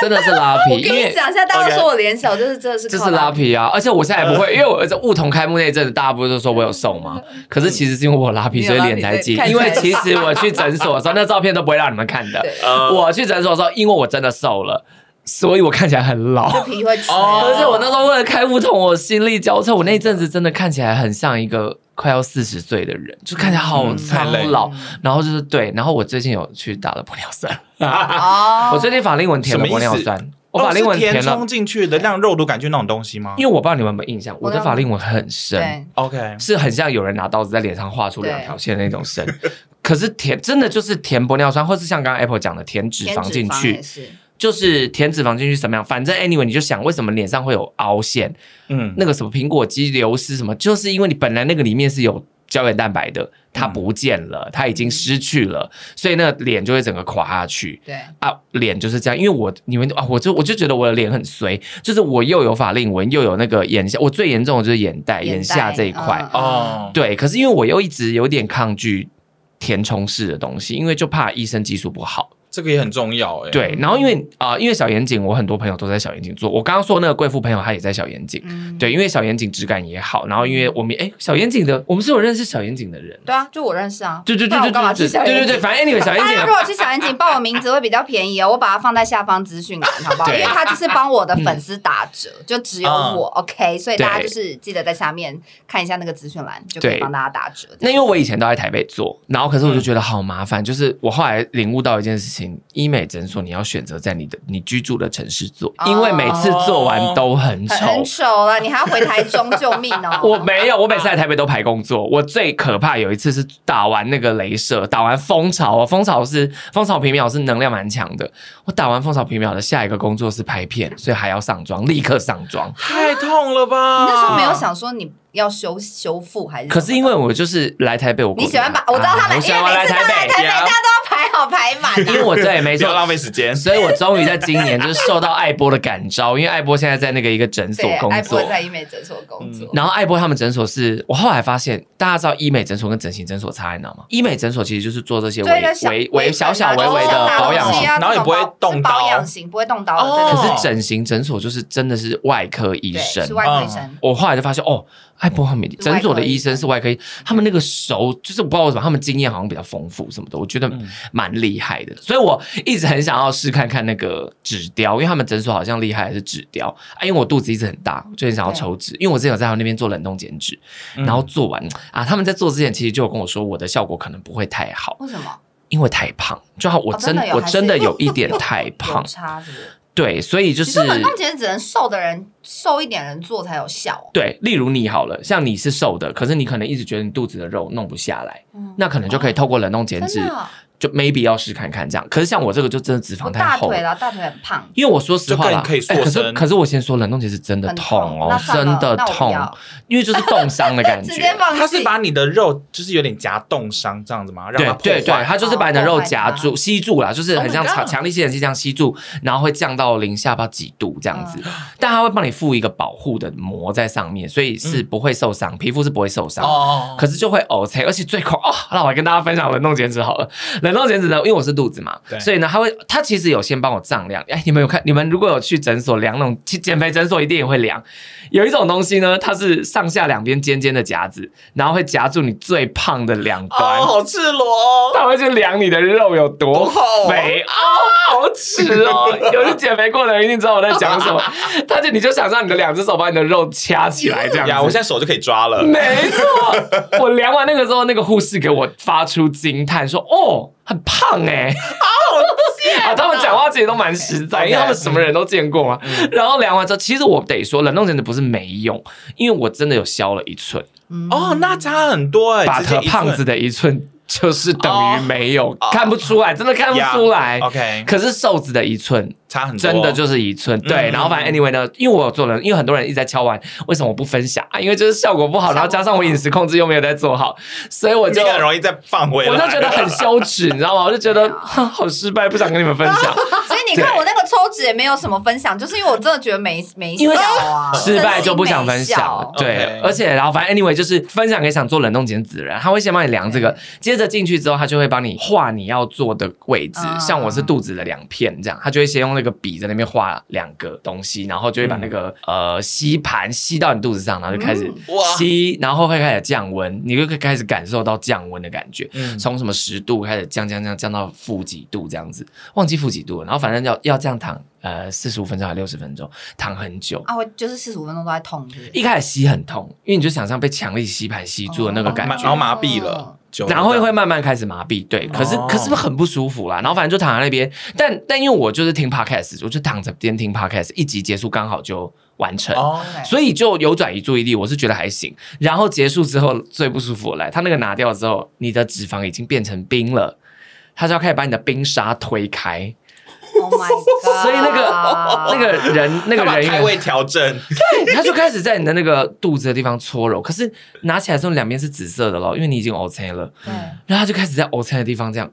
S2: 真的是拉皮，
S3: 我跟
S2: 因
S3: 你
S2: 为
S3: 讲，现在大家
S1: OK
S3: 都说我脸小，就是真的是
S2: 这
S3: 靠
S2: 是拉
S3: 拉
S2: 皮啊，而且我现在也不会，因为我在梧桐开幕那一阵子，大家不是都说我有瘦 吗？可是其实是因为我有拉皮，
S3: 你
S2: 所
S3: 有
S2: 以
S3: 拉
S2: 脸
S3: 皮
S2: 才
S3: 对
S2: 紧。
S3: 看起
S2: 因为
S3: 来
S2: 其实我去诊所的时候，那照片都不会让你们看的。
S3: 对，
S1: 呃
S2: 我去诊所的时候，因为我真的瘦了，所以我看起来很老。
S3: 皮会吃。
S1: 哦
S2: 而且我那时候为了开梧桐，我心力交瘁。我那一阵子真的看起来很像一个快要四十岁的人，就看起来好
S1: 嗯太
S2: 苍
S1: 累
S2: 老。然后就是对，然后我最近有去打了玻尿 酸，
S3: 哦
S2: 我最近法令纹填了
S1: 什么
S2: 玻
S1: 意思
S2: 尿酸，我法令
S1: 哦
S2: 纹
S1: 是
S2: 填
S1: 填
S2: 了
S1: 充，进去的，让肉毒杆菌那种东西吗？
S2: 因为我不知道你们有没有印象，我的
S3: 我
S2: 法令纹很深，
S3: 对
S1: OK，
S2: 是很像有人拿刀子在脸上画出两条线的那种深。可是填真的就是填玻尿酸，或是像刚刚 Apple 讲的填脂
S3: 偏
S2: 肪进去
S3: 也，是
S2: 就是填脂肪进去什么样？反正 anyway 你就想为什么脸上会有凹陷，
S1: 嗯，
S2: 那个什么苹果肌流失什么，就是因为你本来那个里面是有胶原蛋白的，它不见了，它已经失去了，所以那个脸就会整个垮下去。
S3: 对。
S2: 啊，脸就是这样，因为我你们啊，我就我就觉得我的脸很衰，就是我又有法令纹，又有那个眼下，我最严重的就是眼袋、眼下这一块。
S3: 嗯
S1: 哦，
S2: 对，可是因为我又一直有点抗拒填充式的东西，因为就怕医生技术不好。
S1: 这个也很重要哎。
S2: 对，然后因为啊、因为小眼睛，我很多朋友都在小眼睛做。我刚刚说那个贵妇朋友，她也在小眼睛。
S3: 嗯
S2: 对，因为小眼睛质感也好，然后因为我们哎，小眼睛的，我们是有认识小眼睛的人。
S3: 对啊，就我认识啊。
S2: 对对
S3: 不
S2: 对
S3: 然
S2: 对
S3: 我干嘛
S2: 对
S3: 去
S2: 对
S3: 小
S2: 对
S3: 眼
S2: 对
S3: 睛
S2: 对，反正 anyway 小眼
S3: 大
S2: 睛
S3: 家
S2: 的
S3: 如果去小眼睛报我名字会比较便宜哦，我把它放在下方资讯栏，好不好？因
S2: 对嗯
S3: 为它就是帮我的粉丝打折，就只有我 OK，所以大家
S2: 对
S3: 就是记得在下面看一下那个资讯栏，就可以
S2: 对
S3: 帮大家打折。
S2: 那因为我以前都在台北做，然后可是
S3: 嗯
S2: 我就觉得好麻烦，就是我后来领悟到一件事情：医美诊所你要选择在你的你居住的城市做，因为每次做完都很
S3: 哦很
S2: 丑。
S3: 很丑了，你还要回台中，救命哦！
S2: 我没有，我每次在台北都排工作。我最可怕有一次是打完那个镭射，打完蜂巢哦，蜂巢是蜂巢皮秒是能量蛮强的。我打完蜂巢皮秒的下一个工作是拍片，所以还要上妆，立刻上妆。
S1: 太痛了吧？
S3: 你那时候没有想说你要修修复还是什么的？
S2: 可是因为我就是来台北，我
S3: 你喜欢把，我知道他
S2: 啊我
S3: 们，因
S2: 喜
S3: 为
S2: 欢来
S3: 每次
S2: 台
S3: 他来台
S2: 北，
S3: 北，
S1: 呀
S3: 大家都要排好排满啊。
S2: 因为我对没
S1: 不
S2: 错
S1: 要浪费 时间。
S2: 所以我终于在今年就是受到艾波的感召，因为艾波现在在那个一个诊所
S3: 对，
S2: 工
S3: 艾
S2: 作
S3: 波。在医美诊所工作，
S2: 然后艾波他们诊所是我后来发现，大家知道医美诊所跟整形诊所差在哪吗？医美诊所其实就是做这些
S3: 做一
S2: 微
S3: 个小
S2: 微微小小
S3: 小啊
S2: 微微的保养
S3: 型，
S2: 型，
S1: 然后也不会动刀
S3: 保养型不会动刀的。
S1: 哦
S3: 对
S2: 可
S3: 对
S2: 是整形诊所就是真的是外科医
S3: 对
S2: 生
S3: 是。外
S1: 嗯
S3: 科医生，
S2: 我后来就发现哦，艾波他们诊所的医生是外科医，他们那个手就是我不知道为什么，他们经验好像比较丰富什么的，我觉
S3: 嗯
S2: 得蛮厉害的。所以我一直很想要试看看那个纸雕，因为他们诊所好像厉害的是纸雕啊，因为我肚子一直很大，我就很想要抽脂，因为我之前有在他们那边做冷冻减脂，
S3: 嗯
S2: 然后做完啊，他们在做之前其实就有跟我说我的效果可能不会太好，
S3: 为什么？
S2: 因为太胖，就好我
S3: 哦
S2: 真
S3: 真的有
S2: 我
S3: 还是
S2: 真的有一点太
S3: 有
S2: 胖，
S3: 差是不是？
S2: 对，所以就
S3: 你
S2: 是
S3: 说冷冻减脂只能瘦的人瘦一点人做才有效哦。
S2: 对，例如你好了，像你是瘦的，可是你可能一直觉得你肚子的肉弄不下来，
S3: 嗯
S2: 那可能就可以透过冷冻减
S3: 真
S2: 脂，
S3: 的哦，
S2: 就 maybe 要试看看这样。可是像我这个就真的脂肪
S3: 我
S2: 太
S3: 大
S2: 厚
S3: 腿
S2: 了。
S3: 啦，大腿很胖，
S2: 因为我说实话啦，
S1: 就更可以
S2: 哎
S1: 塑
S2: 可是
S1: 身
S2: 可是我先说冷冻减脂真的
S3: 很
S2: 痛哦
S3: 那，算
S2: 真
S3: 了
S2: 的
S3: 那我不
S2: 痛，哦
S3: 要
S2: 因为就是冻伤的感
S3: 直
S2: 觉
S3: 接。放弃。
S1: 他是把你的肉就是有点夹冻伤这样子吗？让
S2: 对
S1: 它破
S2: 对对，
S1: 坏。
S2: 它就是把你的
S3: 哦
S2: 肉
S3: 破坏
S2: 夹
S3: 它
S2: 住、吸住了，就是
S1: Oh
S2: 很
S1: my
S2: 像强
S1: God
S2: 强力吸尘器这样吸住，然后会降到零下不知道几度这样子。
S3: 哦
S2: 但它会帮你附一个保护的膜在上面，所以是不会受伤，皮肤是不会受伤。
S1: 哦，
S2: 可是就会呕才，而且最恐哦。那我来跟大家分享冷冻减脂好了。冷冻减脂呢，因为我是肚子嘛，
S1: 对
S2: 所以呢，他会他其实有先帮我丈量。哎，你们有看？你们如果有去诊所量那种去减肥诊所，一定也会量。有一种东西呢，它是上下两边尖尖的夹子，然后会夹住你最胖的两端。
S1: 哦，好赤裸哦。
S2: 他会去量你的肉有多肥啊、好耻 哦！有去减肥过的人一定知道我在讲什么。他就你就想象你的两只手把你的肉掐起来这样子，
S1: 呀，我现在手就可以抓了。
S2: 没错，我量完那个之后，那个护士给我发出惊叹，说：“哦，很胖哎、啊，他们讲话其实都蛮实在，因为他们什么人都见过嘛。
S1: 嗯
S2: 然后量完之后，其实我得说，冷冻减脂不是没用，因为我真的有消了一寸，
S1: 哦，那差很多哎，
S2: 把
S1: 直接
S2: 特
S1: 一寸
S2: 胖子的一寸就是等于没有，
S1: 哦
S2: 看不出来，真的看不
S1: 呀
S2: 出来。
S1: OK，
S2: 可是瘦子的一寸
S1: 差很多，
S2: 真的就是一寸，对。
S1: 嗯
S2: 然后反正 anyway 呢，因为我有做人，因为很多人一直在敲完，为什么我不分享啊？因为就是效果不好，
S3: 效果不好
S1: 哦
S2: 然后加上我饮食控制又没有在做好，所以我就
S1: 这个很容易再放回来。
S2: 啊我就觉得很羞耻，你知道吗？我就觉得哼好失败，不想跟你们分享。
S3: 所以你看我那个抽脂也没有什么分享，就是因为我真的觉得没没
S2: 因
S3: 效
S2: 为
S3: 啊，
S2: 失败就不想分
S3: 真心没
S2: 享
S3: 效
S2: 了，对
S1: OK，
S2: 而且然后反正 anyway 就是分享给想做冷冻减脂的人，他会先帮你量这
S3: 嗯
S2: 个，接着进去之后，他就会帮你画你要做的位置，
S3: 嗯
S2: 像我是肚子的两片这样，他就会先用那个笔在那边画两个东西，然后就会把那个、呃吸盘吸到你肚子上，然后就开始
S3: 嗯
S1: 哇
S2: 吸，然后会开始降温，你就可以开始感受到降温的感觉，
S1: 嗯
S2: 从什么十度开始降降降降到负几度这样子，忘记负几度了，然后反正要要这样躺呃四十五分钟还六十分钟，躺很久。
S3: 啊，我就是四十五分钟都在痛，是 不是
S2: 一开始吸很痛，因为你就想象被强力吸盘吸住的那个感
S1: 麻
S2: 觉。
S1: 然后麻痹
S3: 哦
S1: 了，久了
S2: 然后会慢慢开始麻痹，对，可是、
S1: 哦
S2: 可是很不舒服啦。然后反正就躺在那边，但但因为我就是听 podcast，我就躺着边听 podcast，一集结束刚好就完成，
S1: 哦，
S2: 所以就有转移注意力，我是觉得还行。然后结束之后最不舒服的来，他那个拿掉之后，你的脂肪已经变成冰了，他就要开始把你的冰沙推开，
S3: ，Oh my god！
S2: 所以那个、那个人那个
S1: 他把
S2: 人
S1: 胎位调整，
S2: 他就开始在你的那个肚子的地方搓揉，可是拿起来之后两边是紫色的咯，因为你已经 O C 了，
S3: 对，
S2: 然后他就开始在 O C 的地方这样，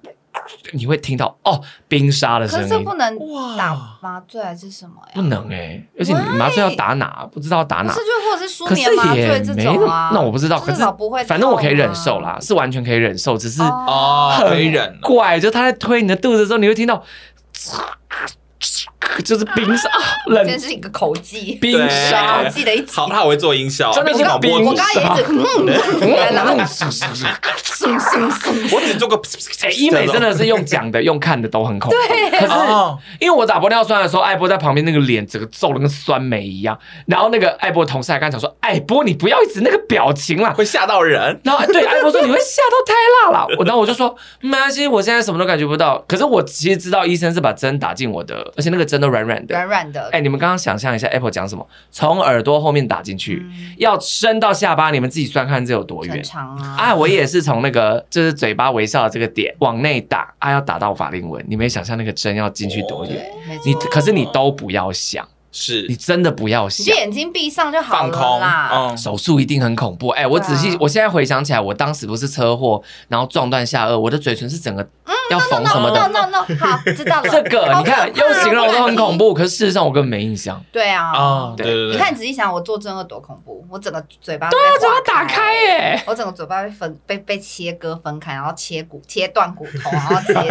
S2: 你会听到哦冰沙的
S3: 可
S2: 声
S3: 是这
S2: 音，
S3: 不能
S1: 哇
S3: 打麻醉还是什么呀？
S2: 不能哎、而且你麻醉要打哪不知道打
S3: 不
S2: 哪
S3: 是，，就或者是舒
S2: 可是
S3: 眠麻
S2: 也
S3: 醉这
S2: 没
S3: 种啊？
S2: 那我不知道，可是
S3: 至少不会痛啊，
S2: 反正我可以忍受啦，是完全可以忍受，只是
S1: 哦， 可以忍了，
S2: 怪就他在推你的肚子的时候，你会听到，就是冰沙啊
S3: 今天
S2: 冷
S3: 是一个口 技，
S2: 冰
S1: 对
S2: 沙
S3: 口。技的一集。
S1: 好，他还会做音效，
S2: 真的
S1: 毕
S2: 是
S1: 竟广播
S2: 冰
S3: 我
S1: 主
S3: 刚
S2: 沙
S3: 刚也一直嗯，原来
S2: 嗯
S3: 啦
S2: 是是是
S1: 我只做个
S2: 哎、医美真的是用讲的、用看的都很恐 怖。可是、
S1: 哦
S2: 因为我打玻尿酸的时候，艾波在旁边那个脸整个皱的跟酸梅一样，然后那个艾波同事还刚讲说：“艾波，你不要一直那个表情 啦。
S1: 会吓到人”。
S2: 然后对艾波说：“你会吓到太辣了。” 我然后我就说：“没关系，我现在什么都感觉不到。可是我其实知道医生是把针打进我的，而且那个针都软软的。
S3: 软软的
S2: 哎、，你们刚刚想象一下 Apple 讲什么，从耳朵后面打进去，要伸到下巴，你们自己算看这有多远
S3: 很。长啊。
S2: 啊，我也是从那个就是嘴巴微笑的这个点往内打，啊，要打到法令纹，你没想象那个针要进去多远？
S3: 哦对，没错
S2: 你可是你都不要想，
S1: 是
S2: 你真的不要
S3: 你
S2: 想
S3: 就。眼睛闭上就好
S1: 放
S3: 了
S1: 空，
S3: 啦。
S1: 嗯，
S2: 手术一定很恐怖，哎、我仔细
S3: 对啊，
S2: 我现在回想起来，我当时不是车祸，然后撞断下颚，我的嘴唇是整个
S3: 嗯
S2: 要缝什么
S3: no
S2: 的，
S3: no no，好，知道了。
S2: 这个
S3: 好
S2: 你看
S3: 可怕
S2: 用
S3: 啊
S2: 形容都很恐。
S3: 不敢听
S2: 怖，可是事实上我根本没印象。
S3: 对啊，
S1: 啊，对对对，
S3: 你看，你仔细想，我做正颚多恐怖，我整个嘴巴
S2: 对啊，
S3: 怎
S2: 怎
S3: 么
S2: 么打开耶、
S3: 我整个嘴巴被分被被切割分开，然后切骨切断骨头，然后切 切，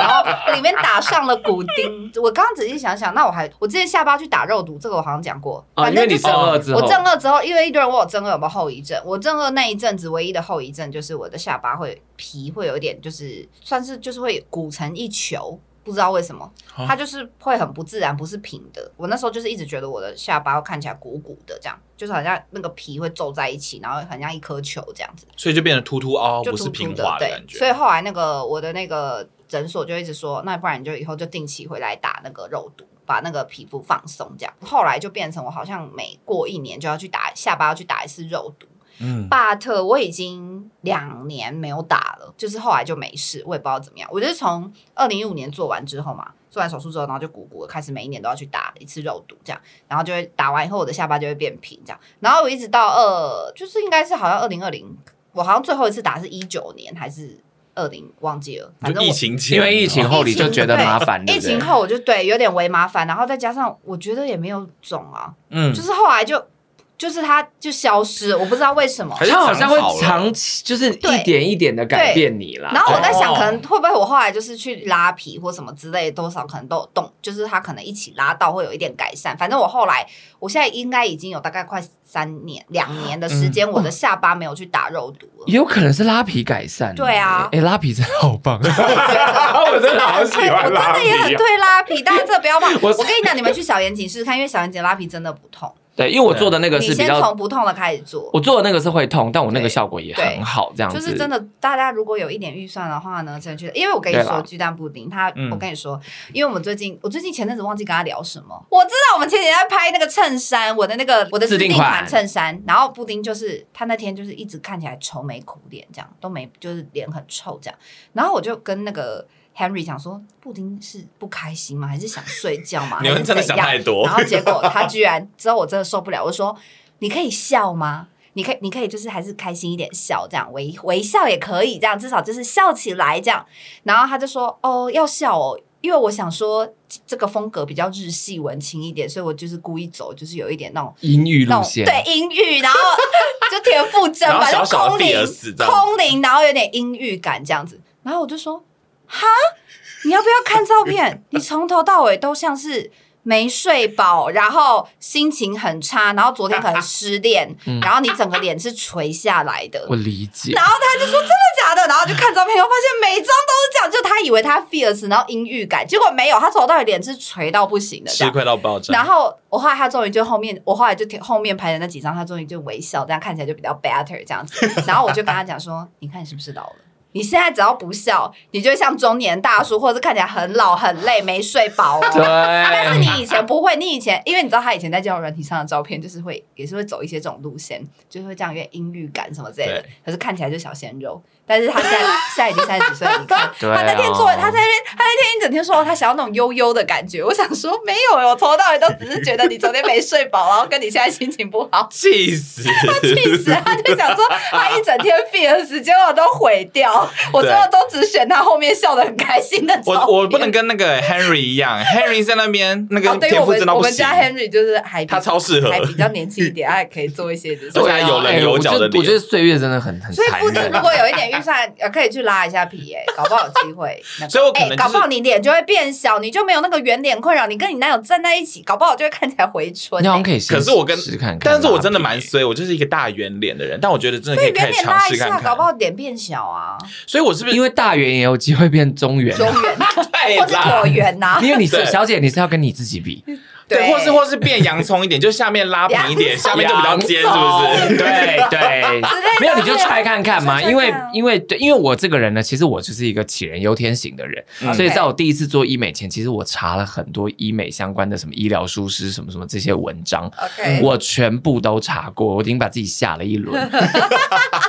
S3: 然后里面打上了骨钉。我刚刚仔细想想，那我还我之前下巴去打肉毒，这个我好像讲过。
S2: 啊，
S3: 反
S2: 因
S3: 正
S2: 为
S3: 就
S2: 你
S3: 是
S2: 正颚之后，
S3: 我正颚之后，因为一堆人问我正颚有没有后遗症，我正颚那一阵子唯一的后遗症就是我的下巴会皮会有一点，就是算是就是会鼓成一球。不知道为什么，
S1: 啊
S3: 它就是会很不自然，不是平的。我那时候就是一直觉得我的下巴看起来鼓鼓的，这样就是好像那个皮会皱在一起，然后很像一颗球这样子。
S1: 所以就变得凸凸凹凹，
S3: 就
S1: 不是
S3: 凸凸
S1: 平
S3: 的
S1: 滑的
S3: 对
S1: 感觉。
S3: 所以后来那个我的那个诊所就一直说，那不然你就以后就定期回来打那个肉毒，把那个皮肤放松这样。后来就变成我好像每过一年就要去打下巴要去打一次肉毒。
S1: 嗯，
S3: but 我已经两年没有打了，就是后来就没事，我也不知道怎么样。我就是从二零一五年做完之后嘛，做完手术之后，然后就鼓鼓的开始每一年都要去打一次肉毒，这样，然后就会打完以后我的下巴就会变平，这样。然后我一直到二，就是应该是好像二零二零，我好像最后一次打是一九年还是二零，忘记了，反
S1: 就
S3: 正我
S1: 疫情前，
S2: 因为疫情后你就觉得麻烦，对
S3: 疫
S2: 不对
S3: 情后我就对有点为麻烦，然后再加上我觉得也没有肿啊，
S1: 嗯
S3: 就，是 后来就就是它就消失了，我不知道为什么。
S1: 还是
S2: 它好像会
S1: 长好了
S2: 长期就是
S3: 对
S2: 一点一点的改变你啦。
S3: 然后我在想，
S1: 哦
S3: 可能会不会我后来就是去拉皮或什么之类，多少可能都有动，就是它可能一起拉到会有一点改善。反正我后来，我现在应该已经有大概快三年、两年的时间，我的下巴没有去打肉毒了。
S2: 也有可能是拉皮改善。
S3: 对啊
S2: 哎，拉皮真的好棒，
S3: 我
S2: 我真的好喜
S3: 推， 我
S2: 欢
S3: 真
S2: 拉
S3: 的
S2: 皮
S3: 也很
S2: 啊。
S3: 推拉皮，大家这不要忘。
S2: 我
S3: 我跟你讲，你们去小严谨试试看，因为小严谨拉皮真的不痛。
S2: 对，因为我做的那个
S3: 你
S2: 是比
S3: 先从
S2: 较，
S3: 不痛的开始做，
S2: 我做的那个是会痛，但我那个效果也很好，这样
S3: 就
S2: 子。
S3: 是真的，大家如果有一点预算的话呢，真的去，因为我跟你
S2: 对啦
S3: 说，鸡蛋布丁，他，
S1: 嗯
S3: 我跟你说，因为我们最近，我最近前阵子忘记跟他聊什么，我知道我们前几天在拍那个衬衫，我的那个我的
S2: 自定款
S3: 款衬衫，然后布丁就是他那天就是一直看起来愁眉苦脸，这样都没就是脸很臭这样，然后我就跟那个。Henry 想说，布丁是不开心吗？还是想睡觉 吗？
S1: 你们
S3: 还是
S1: 真的
S3: 怎
S1: 想
S3: 样
S1: 太多
S3: 然后结果他居然之后我真的受不了，我就说你可以笑吗？你可以，你可以就是还是开心一点笑，这样微微笑也可以，这样至少就是笑起来这样。然后他就说哦要笑哦，因为我想说这这个风格比较日系文青一点，所以我就是故意走就是有一点那种
S2: 阴郁
S3: 那
S2: 路
S3: 种
S2: 线，
S3: 对阴郁，然后就田馥甄吧，
S1: 然后小
S3: 就
S1: 小的
S3: 空灵
S1: fierce 这样
S3: 空灵，然后有点阴郁感这样子。然后我就说，哈，你要不要看照 片？你从头到尾都像是。没睡饱，然后心情很差，然后昨天可能失 恋，
S2: 嗯
S3: 然后你整个脸是垂下来的。
S2: 我理解
S3: 然。后他就说真的假的，然后就看照片，我发现每一张都是这样，就他以为他 fierce，然后阴郁感，结果没有，他从头到尾脸是垂到不行的，这
S1: 吃
S3: 样。
S1: 亏到爆炸。
S3: 然后我后来他终于就后面，我后来就后面拍的那几张，他终于就微笑，这样看起来就比较 better 这样子。然后我就跟他讲说，你看你是不是老了？你现在只要不笑，你就会像中年大叔，或者是看起来很老、很累、没睡饱哦。
S2: 对，啊
S3: 但是 你以前不会，你以前因为你知道他以前在交友软体上的照片，就是会也是会走一些这种路线，就是会这样有点阴郁感什么之类的
S1: 对。
S3: 可是看起来就小鲜肉，但是他现在现在已经三十几岁了，你看。
S2: 对啊
S3: 他那天做，他在那边，他那天一整天说哦他想要那种悠悠的感觉。我想说没有欸，我从头到尾都只是觉得你昨天没睡饱，然后跟你现在心情 不好，
S1: 气 死！
S3: 气死！他就想说他一整天 fierce，结果都毁掉。我最后都只选他后面笑得很开心的照
S1: 我我不
S3: 片
S1: 能跟那个 Henry 一样，Henry 在那边那
S3: 哦，
S1: 个
S3: 对，
S1: 天
S3: 我
S1: 赋
S3: 们
S1: 真的
S3: 我
S1: 不
S3: 们
S1: 行
S3: 家。Henry 就是还比
S1: 他超适合
S3: 还比较年轻一点，他还可以做一些就 是。
S1: 对啊啊有棱
S2: 哎
S1: 有角的
S2: 我觉得
S1: 脸
S2: 我觉得岁月真的很很
S3: 所以
S2: 残
S3: 布丁
S2: 忍
S3: 如。果有一点预算，呃，可以去拉一下皮、哎，搞不好有机会。那个
S1: 所以我可能
S3: 哎
S1: 就是
S3: 搞不好你脸就会变小，你就没有那个圆脸困扰。你跟你男友站在一起，搞不好就会看起来回春、
S2: 你好
S3: 哎
S2: 像可以先
S1: 可是我跟
S2: 试试看看，
S1: 但是我真的蛮衰，我就是一个大圆脸的人，但我觉得真的
S3: 所
S1: 可
S3: 以
S1: 以开
S3: 圆
S1: 始
S3: 脸
S1: 尝
S3: 拉一
S1: 试看
S3: 下，搞
S1: 看
S3: 不。好脸变小啊，
S1: 所以我是不是
S2: 因为大圆也有机会变中圆，啊
S3: 中圆
S1: 太
S3: 或者
S1: 拉
S3: 椭？圆啊呐、
S2: 因为你是
S1: 对
S2: 小姐，你是要跟你自己比，
S1: 对，或是或是变洋葱一点，就下面拉平一点，下面就比较尖，是不是？
S2: 哦对对
S3: 类的，
S2: 没有你就踹看看嘛，
S3: 踹看看
S2: 因为因为对，因为我这个人呢，其实我就是一个杞人忧天型的人，
S1: 嗯
S2: 所以在我第一次做医美前，其实我查了很多医美相关的什么医疗疏失什么什么这些文章，
S1: 嗯
S3: OK，
S2: 我全部都查过，我已经把自己吓了一轮，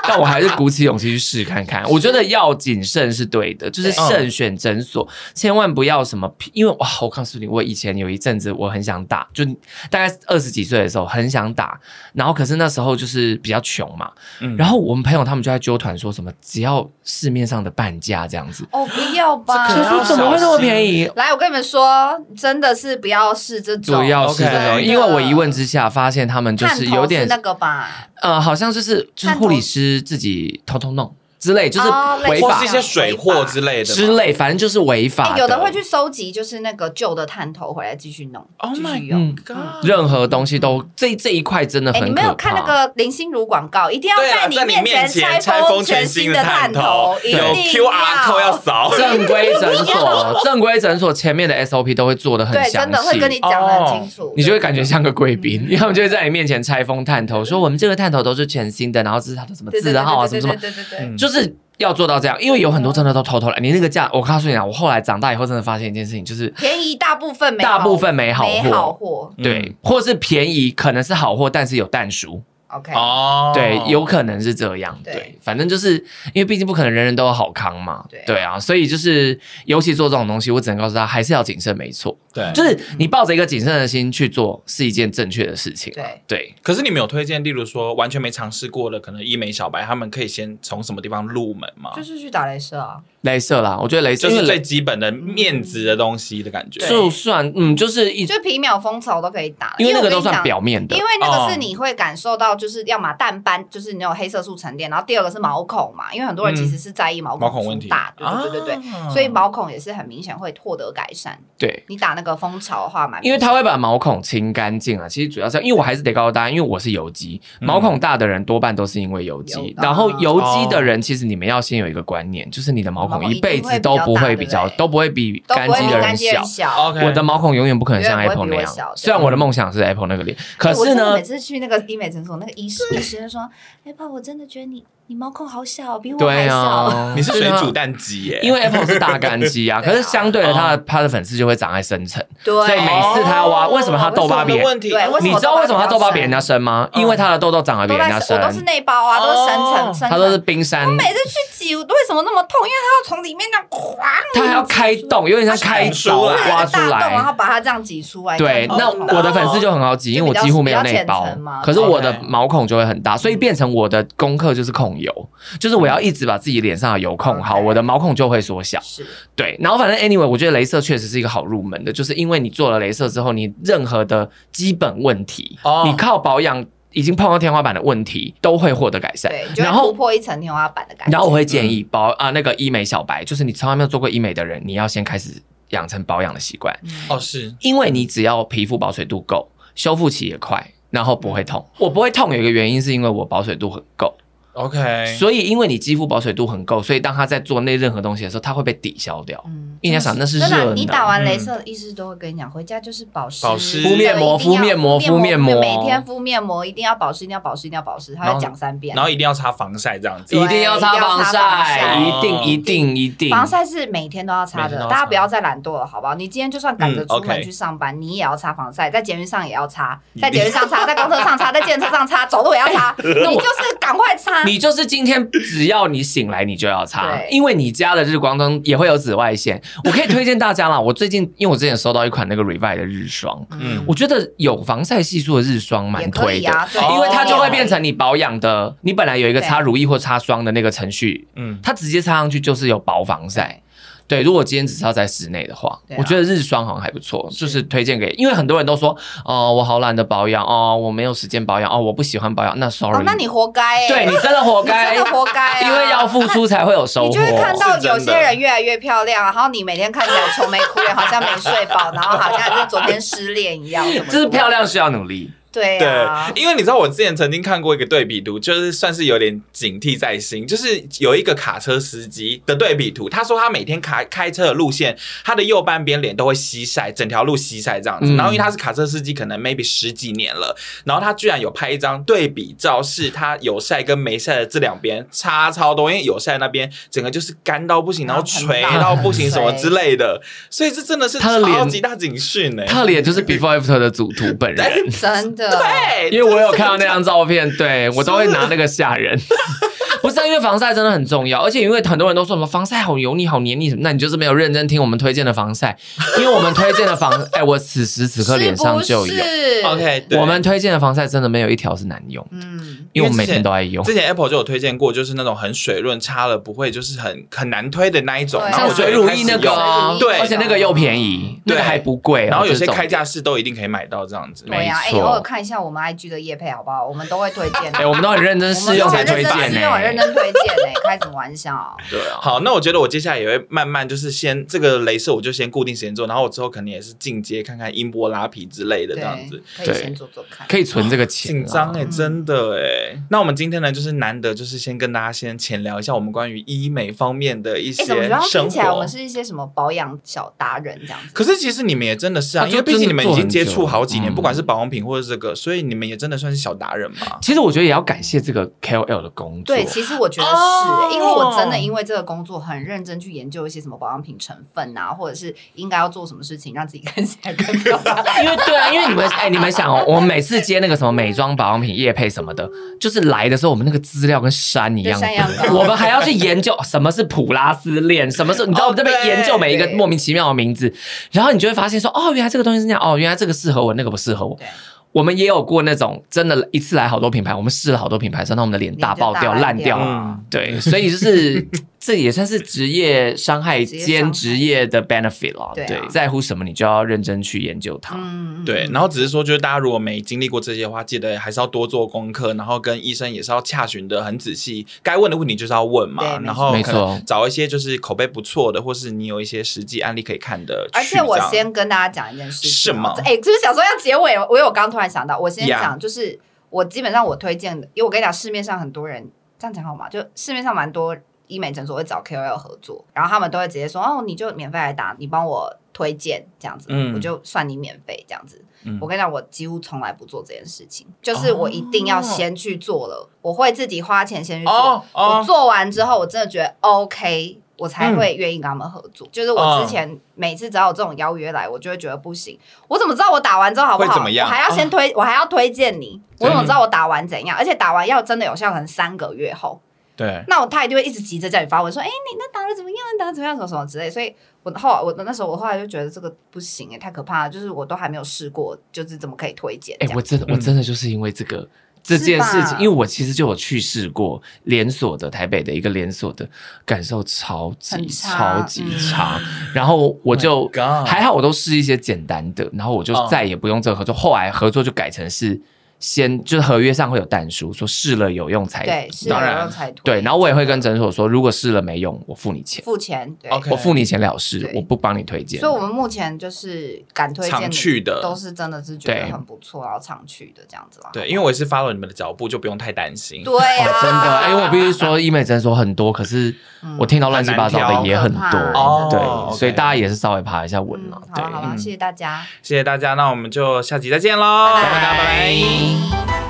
S2: 但我还是鼓起勇气去试看看。我觉得要谨慎是对嗯的，就是慎选诊所，千万不要什么，因为哦哇，我告诉你，我以前有一阵子我很想打，就大概二十几岁的时候很想打，然后可是那时候就是比较穷嘛，
S1: 嗯
S2: 然后我们朋友他们就在纠团说什么，只要市面上的半价这样子，
S3: 哦，不要吧。
S1: 这
S2: 就
S1: 可能
S2: 说怎么会那么便宜？
S3: 来，我跟你们说，真的是不要试这种，
S2: 主要是这种，
S1: OK
S2: 因为我一问之下发现他们就
S3: 探
S2: 是
S3: 头
S2: 有点
S3: 那个吧，
S2: 呃，好像就是就是
S3: 探
S2: 护理
S3: 头
S2: 师自己偷偷弄之类，就是
S3: 哦类
S2: 违
S3: 似
S1: 或
S2: 法
S1: 是一些水货之类的嘛
S2: 之。类，反正就是违法
S3: 哎，有的会去收集，就是那个旧的探头回来继续弄
S1: Oh
S3: 继
S1: my
S3: 续用。
S1: God
S2: 嗯任何东西都这这一块真的
S3: 哎，
S2: 很
S3: 你
S2: 可
S3: 没
S2: 怕。
S3: 有看那个林心如广告，一定要
S1: 对啊，
S3: 你
S1: 在你面
S3: 前
S1: 前拆封
S3: 全
S1: 全
S3: 新
S1: 新的
S3: 探
S1: 探头，
S3: 一
S1: 有
S3: 定
S1: QR code 要扫。
S2: 正规诊 所，正规诊所前面的 SOP 都会做的很
S3: 对，
S2: 详
S3: 真
S2: 细，
S3: 的会跟你讲嗯的很清楚，
S2: 你就会感觉像个贵宾，因为他们就会在你面前拆封探头，说我们这个探头都是全新的，然后这是它的什么
S3: 对对对
S2: 字号啊，什
S3: 对
S2: 么什么
S3: 对，对对对对
S1: 嗯
S2: 就是要做到这样，因为有很多真的都偷偷来。你那个价，我告诉你啊，我后来长大以后真的发现一件事情，就是
S3: 便宜大部分没好，
S2: 大部分没好
S3: 没好货。
S1: 嗯
S2: 对，或是便宜可能是好货，但是有淡熟，
S3: OK，
S1: 哦，
S2: 对，有可能是这样，
S3: 对
S2: 对，反正就是因为毕竟不可能人人都有好康嘛
S3: 对，
S2: 对啊，所以就是尤其做这种东西，我只能告诉他还是要谨慎，没错，
S1: 对，
S2: 就是
S3: 嗯
S2: 你抱着一个谨慎的心去做是一件正确的事情啊，
S3: 对
S2: 对，
S1: 可是你们有推荐，例如说完全没尝试过的，可能医美小白，他们可以先从什么地方入门吗？
S3: 就是去打雷射啊，
S2: 镭射啦，我觉得镭射
S1: 就
S2: 因
S1: 是
S2: 为
S1: 最
S2: 雷
S1: 基本的面子的东西的感觉。
S2: 就算嗯，就是一
S3: 就皮秒、蜂巢都可以打，
S2: 因为那
S3: 我
S2: 个
S3: 跟
S2: 都
S3: 你
S2: 算
S3: 讲
S2: 表面的
S3: 因，为那个是
S1: 哦
S3: 你会感受到，就是要么淡斑，就是你有黑色素沉淀，然后第二个是毛孔嘛，因为很
S2: 嗯
S3: 多人其实是在意毛
S1: 毛孔
S3: 粗
S1: 问题
S3: 大，对对对对对，
S1: 啊
S3: 所以毛孔也是很明显会获得改善。
S2: 对，
S3: 你打那个蜂巢的话，蛮
S2: 因为它会把毛孔清干净啊。其实主要是因为我还是得告诉大家，因为我是油肌，毛孔大的人多半都是因为油肌。
S3: 油
S2: 然后油肌的人，其实你们要先有一个观念，就是你的毛
S3: 毛
S2: 孔
S3: 孔
S2: 一辈子都不会比较
S3: 一定会比较大对不对
S2: 都不会比
S3: 都
S2: 干
S3: 不会
S2: 肌
S3: 比
S2: 的
S3: 干
S2: 人
S3: 肌的人
S2: 小。
S3: 小。
S1: OK，
S2: 我的毛孔永远不可能像
S3: 永远不
S2: Apple
S3: 会比
S2: 那
S3: 我
S2: 样
S3: 小，对
S2: 虽然我的梦想是 Apple 那个脸，可
S3: 哎我
S2: 是
S3: 真的
S2: 呢
S3: 每，次去那个医美诊所，那个医师医师就说：“哎，爸，我真的觉得你你毛孔好小，比我还
S2: 对
S3: 小。
S2: 啊，
S1: 你是水
S2: 对啊
S1: 煮蛋鸡耶，
S2: 因为 Apple 是大干肌啊，
S3: 对啊
S2: 可是相对的，他的他的粉刺就会长在深层，”
S3: 对，
S2: 所以每次他
S3: 哦
S2: 挖，为什么他
S1: 为
S2: 痘
S1: 什么
S2: 疤
S1: 的
S2: 比人
S1: 问题，
S3: 对为什
S2: 你
S3: 么
S2: 知道为什么他痘
S3: 痘疤
S2: 疤
S3: 比
S2: 比
S3: 人
S2: 人
S3: 家
S2: 家深吗？
S1: 嗯
S2: 因为他的痘痘长得比
S3: 都
S2: 人家
S3: 在
S2: 深
S3: 我，都是内包啊，都是深层
S1: 哦
S3: 深层。
S2: 他都是冰山
S3: 我每次去挤，为什么那么痛？因为从里面这样哗，
S2: 它还要开洞，有点像开
S1: 它
S2: 刀啊
S1: 是
S2: 挖
S3: 大
S2: 出
S3: 洞，然后
S2: 来。
S3: 把它这样挤出来。
S2: 对，
S3: 这
S2: 那
S3: 样
S1: 哦
S3: 子
S2: 我的粉丝就很好奇，因为我几乎没有内
S3: 就比较比
S2: 包
S3: 较浅层嘛，
S2: 可是我的
S1: OK
S2: 毛孔就会很大，所以变成我的功课就是控油，就是我要一直把自己脸上的油控好，
S3: OK
S2: 我的毛孔就会缩小。
S3: 是
S2: 对，然后反正 anyway，我觉得镭射确实是一个好入门的，就是因为你做了镭射之后，你任何的基本问题，
S1: 哦
S2: 你靠保养已经碰到天花板的问题，都会获得改善
S3: 对，。就会
S2: 然
S3: 突
S2: 后，
S3: 破一层天花板的感觉。
S2: 然后我会建议保啊、那个医美小白，就是你从来没有做过医美的人，你要先开始养成保养的习惯，
S3: 嗯
S1: 哦，是
S2: 因为你只要皮肤保水度够，修复期也快。然后不会
S3: 嗯
S2: 痛，我不会痛有一个原因是因为我保水度很够，
S1: OK，
S2: 所以因为你肌肤保水度很够，所以当它在做那任何东西的时候，它会被抵消掉。
S3: 嗯，
S2: 因为你要想那是
S3: 真
S2: 热
S3: 的，
S2: 能，
S3: 你打完镭射，医师都会跟你讲，回家就是保湿，
S1: 保湿
S2: 敷面膜
S3: 一定要
S2: 敷面膜敷面膜
S3: 每天敷面膜，一定要保湿，一定要保湿，一定要保湿，他
S1: 然后
S3: 会讲三遍。
S1: 然后一定要擦防晒这样子
S3: 对。
S2: 一定要擦防晒，
S1: 一
S2: 一
S1: 定要
S2: 定
S1: 擦防晒
S2: 一定一定。
S3: 哦防晒是每天都要擦
S1: 每天都
S3: 的
S1: 要，擦
S3: 大家不要再懒惰了，好不好？你今天就算赶着
S1: 嗯
S3: 出门
S1: OK
S3: 去上班，你也要擦防晒，在捷运上也要擦，在捷运上擦，在公车 上擦，在电车上擦，走路也要擦，你就是赶快擦。
S2: 你就是今天只要你醒来，你就要擦，
S3: 啊对
S2: 因为你家的日光灯也会有紫外线。我可以推荐大家啦，我最近因为我之前收到一款那个 Revive 的日霜，
S1: 嗯
S2: 我觉得有防晒系数的日霜蛮
S3: 也可
S2: 推
S3: 以
S2: 的。
S3: 啊，对
S2: 因为它就会
S3: 也可以
S2: 变成你保养的，你本来有一个
S3: 对
S2: 擦乳液或擦霜的那个程序，
S1: 嗯，
S2: 它直接擦上去就是有保防晒。对，如果今天只是要在室内的话，
S3: 对啊
S2: 我觉得日霜好像还不错，就是推荐给，因为很多人都说，哦、我好懒得保养，哦，我没有时间保养，哦，我不喜欢保养，那 sorry，、
S3: 哦，那你活该欸，
S2: 对你真的活该，
S3: 你真的活该啊
S2: 因为要付出才会有收获。
S3: 你就会看到有
S1: 是真
S3: 些
S1: 的
S3: 人越来越漂
S2: 哦
S3: 亮，然后你每天看起来愁眉苦脸，好像没睡饱，然后好像就昨天失恋一样，怎么
S2: 就是漂亮需要努力，
S3: 对啊
S1: 对，，因为你知道我之前曾经看过一个对比图，就是算是有点警惕在心，就是有一个卡车司机的对比图，他说他每天开开车的路线，他的右半边脸都会西晒，整条路西晒这样子。
S2: 嗯
S1: 然后因为他是卡车司机，可能 maybe 十几年了，然后他居然有拍一张对比照，是他有晒跟没晒的这两边差超多，因为有晒那边整个就是干到不行，然后垂到不行什么之类的，所以这真的是
S2: 他的脸
S1: 超级大警讯呢、
S2: 她的脸就是 before after 的主图本人。
S3: 真的，
S1: 对，
S2: 因为我有看到那张照片，对我都会拿那个吓人。不是、啊，因为防晒真的很重要，而且因为很多人都说什么防晒好油腻、好黏腻什么，那你就是没有认真听我们推荐的防晒，因为我们推荐的防，哎、我此时此刻脸上就有
S3: 是不。是
S1: OK，对
S2: 我们推荐的防晒真的没有一条是难用，
S3: 嗯，
S2: 因为我们每天都在用。
S1: 之前 Apple 就有推荐过，就是那种很水润，擦了不会就是很很难推的那一种，
S3: 对啊
S1: 然
S2: 像
S1: 后我就
S2: 水乳液那个
S3: 水
S2: 啊
S3: 乳，液
S1: 对
S2: 而且那个又便宜，那
S1: 对
S2: 个还不贵哦、
S1: 然后有
S2: 这
S1: 些
S2: 种
S1: 开价式都一定可以买到这样子。
S3: 对呀，
S2: 没
S3: 哎，
S2: 错
S3: 偶尔看一下我们 IG 的叶配好不好？我们都会推荐的
S2: 哎、，我们都很认真
S3: 我
S2: 试
S3: 们
S2: 用
S3: 都
S2: 才
S3: 很
S2: 推
S3: 认
S2: 荐
S3: 真
S2: 呢、
S3: 试用，很认真推荐呢， 开什么玩笑？
S2: 对啊，
S1: 好，那我觉得我接下来也会慢慢就是先这个镭射我就先固定时间做，然后我之后可能也是进阶看看音波拉皮之类的
S3: 对
S1: 这样子。，
S3: 可以先做做看，
S2: 可以存这个钱、啊。
S1: 紧张哎，
S3: 嗯
S1: 真的哎。那我们今天呢，就是难得就是先跟大家先浅聊一下我们关于医美方面的一些
S3: 哎，怎么好像
S1: 生
S3: 听起来我
S1: 活
S3: 们。是一些什么保养小达人这样子？
S1: 可是其实你们也真的是啊，
S2: 啊
S1: 因为
S2: 就真的
S1: 毕竟你们已经接触好几
S2: 做很
S1: 年，
S2: 久
S1: 不管是保养品或者这个，所以你们也真的算是小达人吧。
S2: 其实我觉得也要感谢这个 KOL 的工作，
S3: 对，其实我觉得是、欸
S1: 哦
S3: 因为我真的因为这个工作很认真去研究一些什么保养品成分啊，或者是应该要做什么事情让自己看起来更漂 亮。
S2: 因为对啊，因为你们 哎、你们想哦，我们每次接那个什么美妆保养品业配什么的，就是来的时候我们那个资料跟山一样
S3: 对山一样
S2: 多，
S3: 高
S2: 我们还要去研究 什么是普拉斯链，什么是你知道我们这边
S1: 哦对
S2: 研究每一个
S3: 对
S2: 莫名其妙的名字，然后你就会发现说哦，原来这个东西是那样，哦，原来这个适合我，那个不适合我。
S3: 对，
S2: 我们也有过那种真的一次来好多品牌，我们试了好多品牌，然后我们的脸大爆掉、
S3: 脸就大
S2: 烂掉。
S3: 烂
S1: 掉
S2: 嗯对，所以就是 这也算是职业伤害
S3: 职业伤
S2: 兼
S3: 害
S2: 职业的 benefit 啦。
S3: 对啊
S2: 在乎什么你就要认真去研究它。
S3: 嗯，
S1: 对，然后只是说，就是大家如果没经历过这些的话，记得还是要多做功课，然后跟医生也是要洽询的很仔细，该问的问题就是要问嘛
S3: 对，没
S1: 然后
S2: 错
S1: 可能
S2: 没错
S1: 找一些就是口碑不错的，或是你有一些实际案例可以看的去。
S3: 而且我
S1: 这样
S3: 先跟大家讲一件事情、
S1: 是吗
S3: 哎、就是想说要结尾哦了，我有刚突然想到，我先
S1: Yeah
S3: 讲就是我基本上我推荐的，因为我跟你讲，市面上很多人这样讲好吗？就市面上蛮多医美诊所会找 KOL 合作，然后他们都会直接说哦，你就免费来打，你帮我推荐这样子，
S1: 嗯
S3: 我就算你免费这样子。
S1: 嗯
S3: 我跟你讲，我几乎从来不做这件事情，就是我一定要先去做了，我会自己花钱先去做。
S1: 哦
S3: 我
S1: 哦，嗯
S3: 做完之后，我真的觉得 OK，我才会愿意跟他们合作。就是我之前每次只要有这种邀约来，我就会觉得不行。我怎么知道我打完之后好不
S1: 会
S3: 好？
S1: 怎么样
S3: 我还要先 推，我还要推荐你。
S1: 对
S3: 我怎么知道我打完怎样？而且打完要真的有效，可能三个月后。
S1: 对，
S3: 那我他一定会一直急着叫你发文说，哎、你那打的怎么样？你打的怎么样？什么什么之类。所以我后来我那时候我后来就觉得这个不行、哎，太可怕了，就是我都还没有试过，就是怎么可以推荐这
S2: 哎、
S3: 样？
S2: 我真的我
S1: 嗯
S2: 真的就是因为这个、这
S3: 是
S2: 件事
S3: 吧
S2: 情，因为我其实就有去试过连锁的台北的一个连锁的，感受超级
S3: 很
S2: 超
S3: 差
S2: 级
S3: 嗯
S2: 差。然后我就
S1: Oh My God
S2: 还好，我都试一些简单的，然后我就
S1: 嗯
S2: 再也不用这个合作。后来合作就改成是先就是合约上会有淡书，说试了有用才
S3: 对，是
S1: 当然
S3: 有用才推
S2: 对，然后我也会跟诊所说，如果试了没用，我付你钱，
S3: 付钱，对。
S1: OK
S2: 我付你钱了事
S3: 对，
S2: 我不帮你推荐。
S3: 所以，我们目前就是敢推荐
S1: 常去的
S3: 都是真的是觉得
S2: 对
S3: 很不错，然后常去的这样子啦。
S1: 对，因为我哦也是 follow 你们的脚步，就不用太担心。
S3: 对啊，
S2: 哦真的，哎
S1: 哎
S2: 因为我必须说，医美诊所很多，可是
S3: 嗯
S2: 我听到乱七八糟的也很
S3: 很难
S2: 多
S3: 挑，
S1: 哦
S2: 对，所以
S1: OK
S2: 大家也是稍微爬一下文
S3: 嗯，
S2: 了
S3: 好，
S2: 对
S3: 了。好了，谢谢大家，
S1: 谢谢大家，那我们就下集再见喽，
S3: 拜拜